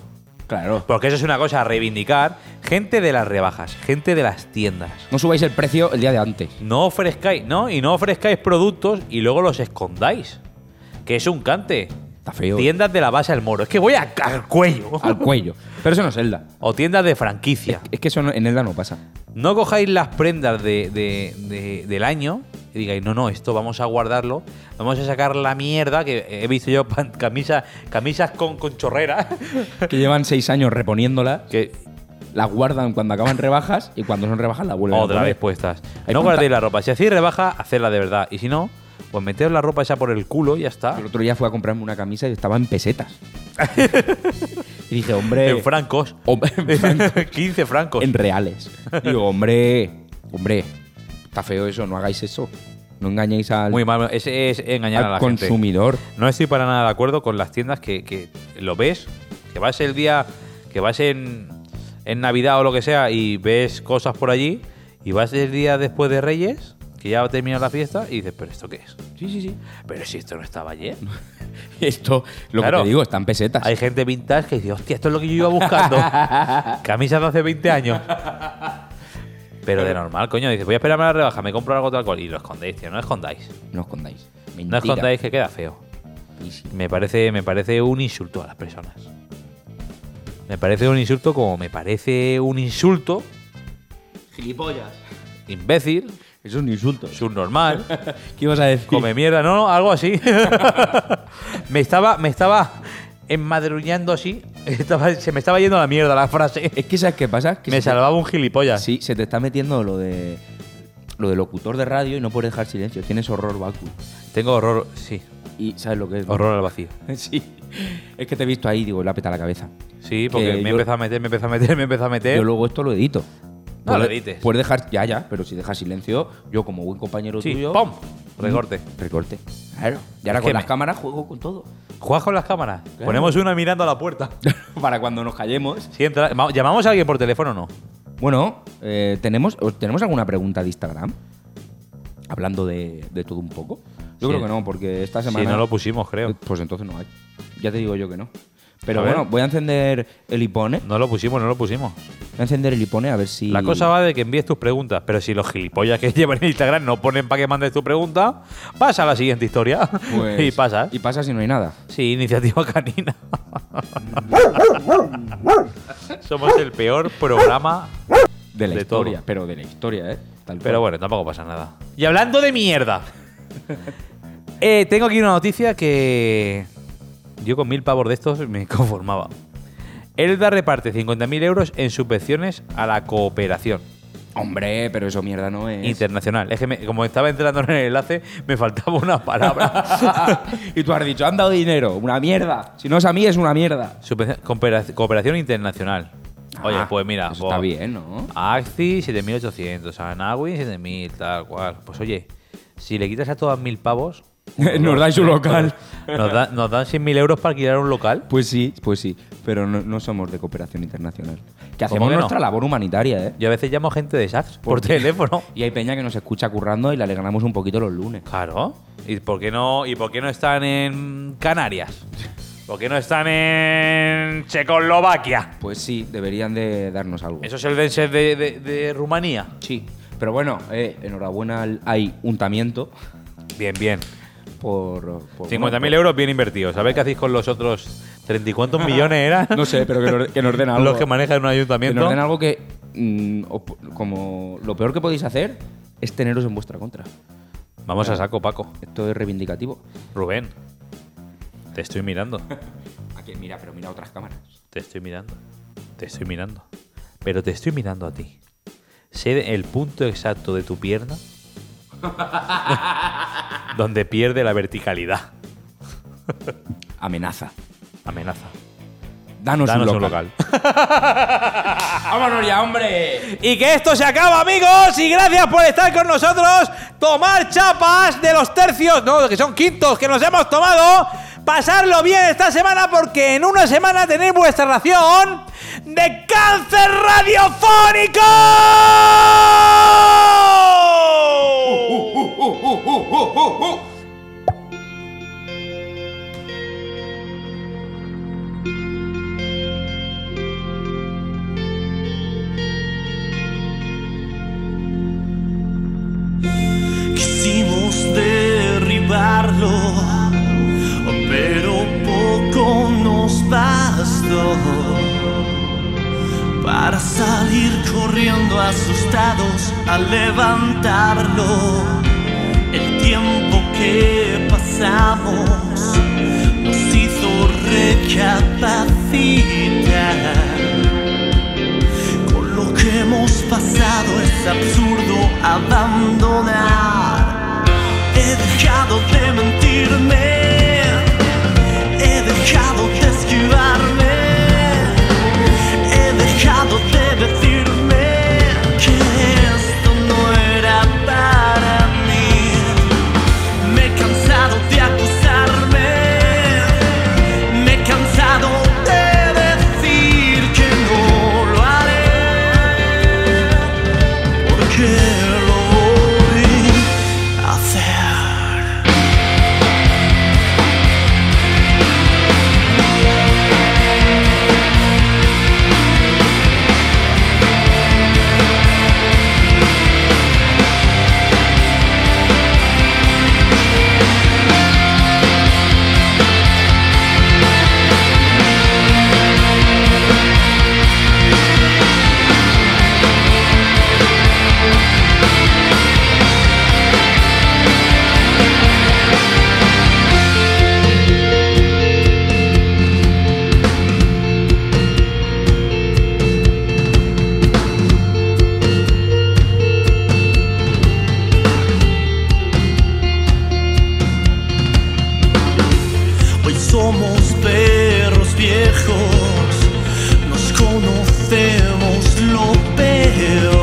[SPEAKER 1] Claro.
[SPEAKER 2] porque eso es una cosa a reivindicar, gente de las rebajas, gente de las tiendas.
[SPEAKER 1] No subáis el precio el día de antes.
[SPEAKER 2] No ofrezcáis, ¿no? Y no ofrezcáis productos y luego los escondáis. Que es un cante.
[SPEAKER 1] Está feo. ¿eh?
[SPEAKER 2] Tiendas de la base al moro. Es que voy a, al cuello.
[SPEAKER 1] Al cuello. Pero eso no es Zelda.
[SPEAKER 2] O tiendas de franquicia.
[SPEAKER 1] Es que eso no- en Zelda no pasa.
[SPEAKER 2] No cojáis las prendas de- de- de- del año y digáis, no, no, esto vamos a guardarlo, vamos a sacar la mierda, que he visto yo pan- camisa- camisas con, con chorreras,
[SPEAKER 1] Que llevan seis años reponiéndola.
[SPEAKER 2] que
[SPEAKER 1] las guardan cuando acaban rebajas y cuando son rebajas la vuelven a
[SPEAKER 2] otra
[SPEAKER 1] poner.
[SPEAKER 2] vez puestas.
[SPEAKER 1] Hay punta-
[SPEAKER 2] no guardéis la ropa, si hacéis rebaja, hacedla de verdad, y si no, pues meteos la ropa esa por el culo y ya está.
[SPEAKER 1] El otro día fui a comprarme una camisa y estaba en pesetas. y dije, hombre,
[SPEAKER 2] En francos.
[SPEAKER 1] Hombre, eh, en francos.
[SPEAKER 2] 15 francos.
[SPEAKER 1] en reales. Digo, hombre, hombre, está feo eso, no hagáis eso. No engañéis al,
[SPEAKER 2] Muy mal, ese es engañar a
[SPEAKER 1] al
[SPEAKER 2] la gente.
[SPEAKER 1] consumidor.
[SPEAKER 2] No estoy para nada de acuerdo con las tiendas que, que lo ves, que vas el día, que vas en, en Navidad o lo que sea y ves cosas por allí y vas el día después de Reyes, que ya ha terminado la fiesta y dices, pero ¿esto qué es?
[SPEAKER 1] Sí, sí, sí.
[SPEAKER 2] Pero si esto no estaba ayer.
[SPEAKER 1] Esto, lo
[SPEAKER 2] Claro.
[SPEAKER 1] que te digo, están pesetas.
[SPEAKER 2] Hay gente vintage que dice, hostia, esto es lo que yo iba buscando. Camisas de hace 20 años. Pero de normal, coño, dices, voy a esperarme a la rebaja, me compro algo tal cual. Y lo escondéis, tío, no escondáis.
[SPEAKER 1] No escondáis.
[SPEAKER 2] No
[SPEAKER 1] Mentira.
[SPEAKER 2] escondáis que queda feo.
[SPEAKER 1] Y sí.
[SPEAKER 2] Me parece, me parece un insulto a las personas. Me parece un insulto como me parece un insulto. Gilipollas. Imbécil,
[SPEAKER 1] Es un insulto.
[SPEAKER 2] subnormal,
[SPEAKER 1] ¿Qué ibas a decir?
[SPEAKER 2] come mierda, no, no, algo así. me estaba, me estaba enmadruñando así. estaba- se me estaba yendo a la mierda la frase.
[SPEAKER 1] Es que ¿sabes qué pasa? Que
[SPEAKER 2] Me
[SPEAKER 1] se te-
[SPEAKER 2] salvaba un gilipollas.
[SPEAKER 1] Sí, se te está metiendo lo de lo de locutor de radio y no puedes dejar silencio. Tienes horror vacuum.
[SPEAKER 2] Tengo horror, sí,
[SPEAKER 1] Y sabes lo que es. no?
[SPEAKER 2] horror al vacío.
[SPEAKER 1] Sí. Es que te he visto ahí, digo, la peta la cabeza.
[SPEAKER 2] Sí, porque
[SPEAKER 1] Que
[SPEAKER 2] me
[SPEAKER 1] yo-
[SPEAKER 2] empezó a meter, me empezó a meter, me empezó a meter.
[SPEAKER 1] Yo luego esto lo edito.
[SPEAKER 2] ¿Eh? No, lo
[SPEAKER 1] Puedes-
[SPEAKER 2] edites.
[SPEAKER 1] Puedes dejar, ya, ya, pero si dejas silencio, yo como buen compañero
[SPEAKER 2] sí,
[SPEAKER 1] tuyo. mm,
[SPEAKER 2] ¡pum! Recorte.
[SPEAKER 1] Recorte. Claro. Y ahora
[SPEAKER 2] Es
[SPEAKER 1] con
[SPEAKER 2] que
[SPEAKER 1] las
[SPEAKER 2] me-
[SPEAKER 1] cámaras juego con todo.
[SPEAKER 2] ¿Juegas con las cámaras? Ponemos una mirando a la puerta.
[SPEAKER 1] Para cuando nos callemos.
[SPEAKER 2] Sí, entra- ma- ¿Llamamos a alguien por teléfono o no?
[SPEAKER 1] Bueno, eh, ¿tenemos, os- ¿tenemos alguna pregunta de Instagram? Hablando de, de todo un poco. Yo
[SPEAKER 2] Sí.
[SPEAKER 1] creo que no, porque esta
[SPEAKER 2] Si
[SPEAKER 1] semana.
[SPEAKER 2] no lo pusimos, creo.
[SPEAKER 1] Pues entonces no hay. Ya te digo yo que no. Pero
[SPEAKER 2] A ver.
[SPEAKER 1] bueno, voy a encender el hipone.
[SPEAKER 2] No lo pusimos, no lo pusimos.
[SPEAKER 1] Voy a encender el hipone a ver si.
[SPEAKER 2] La cosa va de que envíes tus preguntas, pero si los gilipollas que llevan en Instagram no ponen para que mandes tu pregunta, pasa a la siguiente historia.
[SPEAKER 1] Pues-
[SPEAKER 2] y pasa. ¿eh?
[SPEAKER 1] Y pasa si no hay nada.
[SPEAKER 2] Sí, iniciativa canina. Somos el peor programa,
[SPEAKER 1] De la
[SPEAKER 2] De
[SPEAKER 1] historia.
[SPEAKER 2] todo.
[SPEAKER 1] Pero de la historia, ¿eh? Tal
[SPEAKER 2] pero bueno, tampoco pasa nada. Y hablando de mierda, eh, tengo aquí una noticia que yo con mil pavos de estos me conformaba. Elda reparte 50.000 euros en subvenciones a la cooperación.
[SPEAKER 1] Hombre, pero eso mierda no es.
[SPEAKER 2] Internacional. Es que me- como estaba entrando en el enlace, me faltaba una palabra.
[SPEAKER 1] y tú has dicho, han dado dinero. Una mierda. Si no es a mí, es una mierda.
[SPEAKER 2] Subvención- coopera- Cooperación internacional. Oye,
[SPEAKER 1] Ah,
[SPEAKER 2] pues mira,
[SPEAKER 1] eso
[SPEAKER 2] bo-
[SPEAKER 1] está bien, ¿no?
[SPEAKER 2] Axi 7800, Anawi 7000, tal cual. Pues oye, si le quitas a todas mil pavos.
[SPEAKER 1] Nos dais un local.
[SPEAKER 2] Nos, da- nos dan 100.000 euros para alquilar un local.
[SPEAKER 1] Pues sí, pues sí. Pero no, no somos de cooperación internacional. Que hacemos
[SPEAKER 2] que no?
[SPEAKER 1] nuestra labor humanitaria, ¿eh?
[SPEAKER 2] Yo a veces llamo gente de Saks por teléfono.
[SPEAKER 1] Y hay peña que nos escucha currando y la alegramos un poquito los lunes.
[SPEAKER 2] Claro. ¿Y por qué no, y por qué no están en Canarias? ¿Por qué no están en Checoslovaquia?
[SPEAKER 1] Pues sí, deberían de darnos algo.
[SPEAKER 2] Esos eldenses de, de, de Rumanía.
[SPEAKER 1] Sí, pero bueno, eh, enhorabuena al hay untamiento
[SPEAKER 2] Bien, bien.
[SPEAKER 1] por... por-
[SPEAKER 2] 50.000
[SPEAKER 1] bueno,
[SPEAKER 2] euros bien invertidos. A ver qué hacéis con los otros 30 y cuántos millones eran
[SPEAKER 1] por- No sé, pero que nos, que nos den algo.
[SPEAKER 2] los que manejan un
[SPEAKER 1] Que
[SPEAKER 2] ayuntamiento.
[SPEAKER 1] nos den algo que... mm, op- como lo peor que podéis hacer es teneros en vuestra contra.
[SPEAKER 2] Vamos a saco, Paco.
[SPEAKER 1] Esto es reivindicativo.
[SPEAKER 2] Rubén, te estoy mirando.
[SPEAKER 1] Aquí, mira, pero mira otras cámaras.
[SPEAKER 2] Te estoy mirando. Te estoy mirando. Pero te estoy mirando a ti. Sé el punto exacto de tu pierna donde pierde la verticalidad.
[SPEAKER 1] Amenaza.
[SPEAKER 2] Amenaza. Danos,
[SPEAKER 1] Danos
[SPEAKER 2] un
[SPEAKER 1] un
[SPEAKER 2] local.
[SPEAKER 1] local.
[SPEAKER 2] ¡Vámonos ya, hombre!
[SPEAKER 1] Y que esto se acaba, amigos. Y gracias por estar con nosotros. Tomar chapas de los tercios, no, que son quintos, que nos hemos tomado. Pasarlo bien esta semana porque en una semana tenéis vuestra ración de cáncer radiofónico.
[SPEAKER 6] Quisimos derribarlo, pero poco nos bastó para salir corriendo asustados a levantarlo. El tiempo que pasamos nos hizo recapacitar. Con lo que hemos pasado es absurdo abandonar. He dejado de mentirme, he dejado de esquivarme, he dejado de decirme que esto no era para mí. Me he cansado de acusarme. Me he cansado de decir que no lo haré, porque lo voy a hacer. Hoy somos perros viejos, nos conocemos lo peor.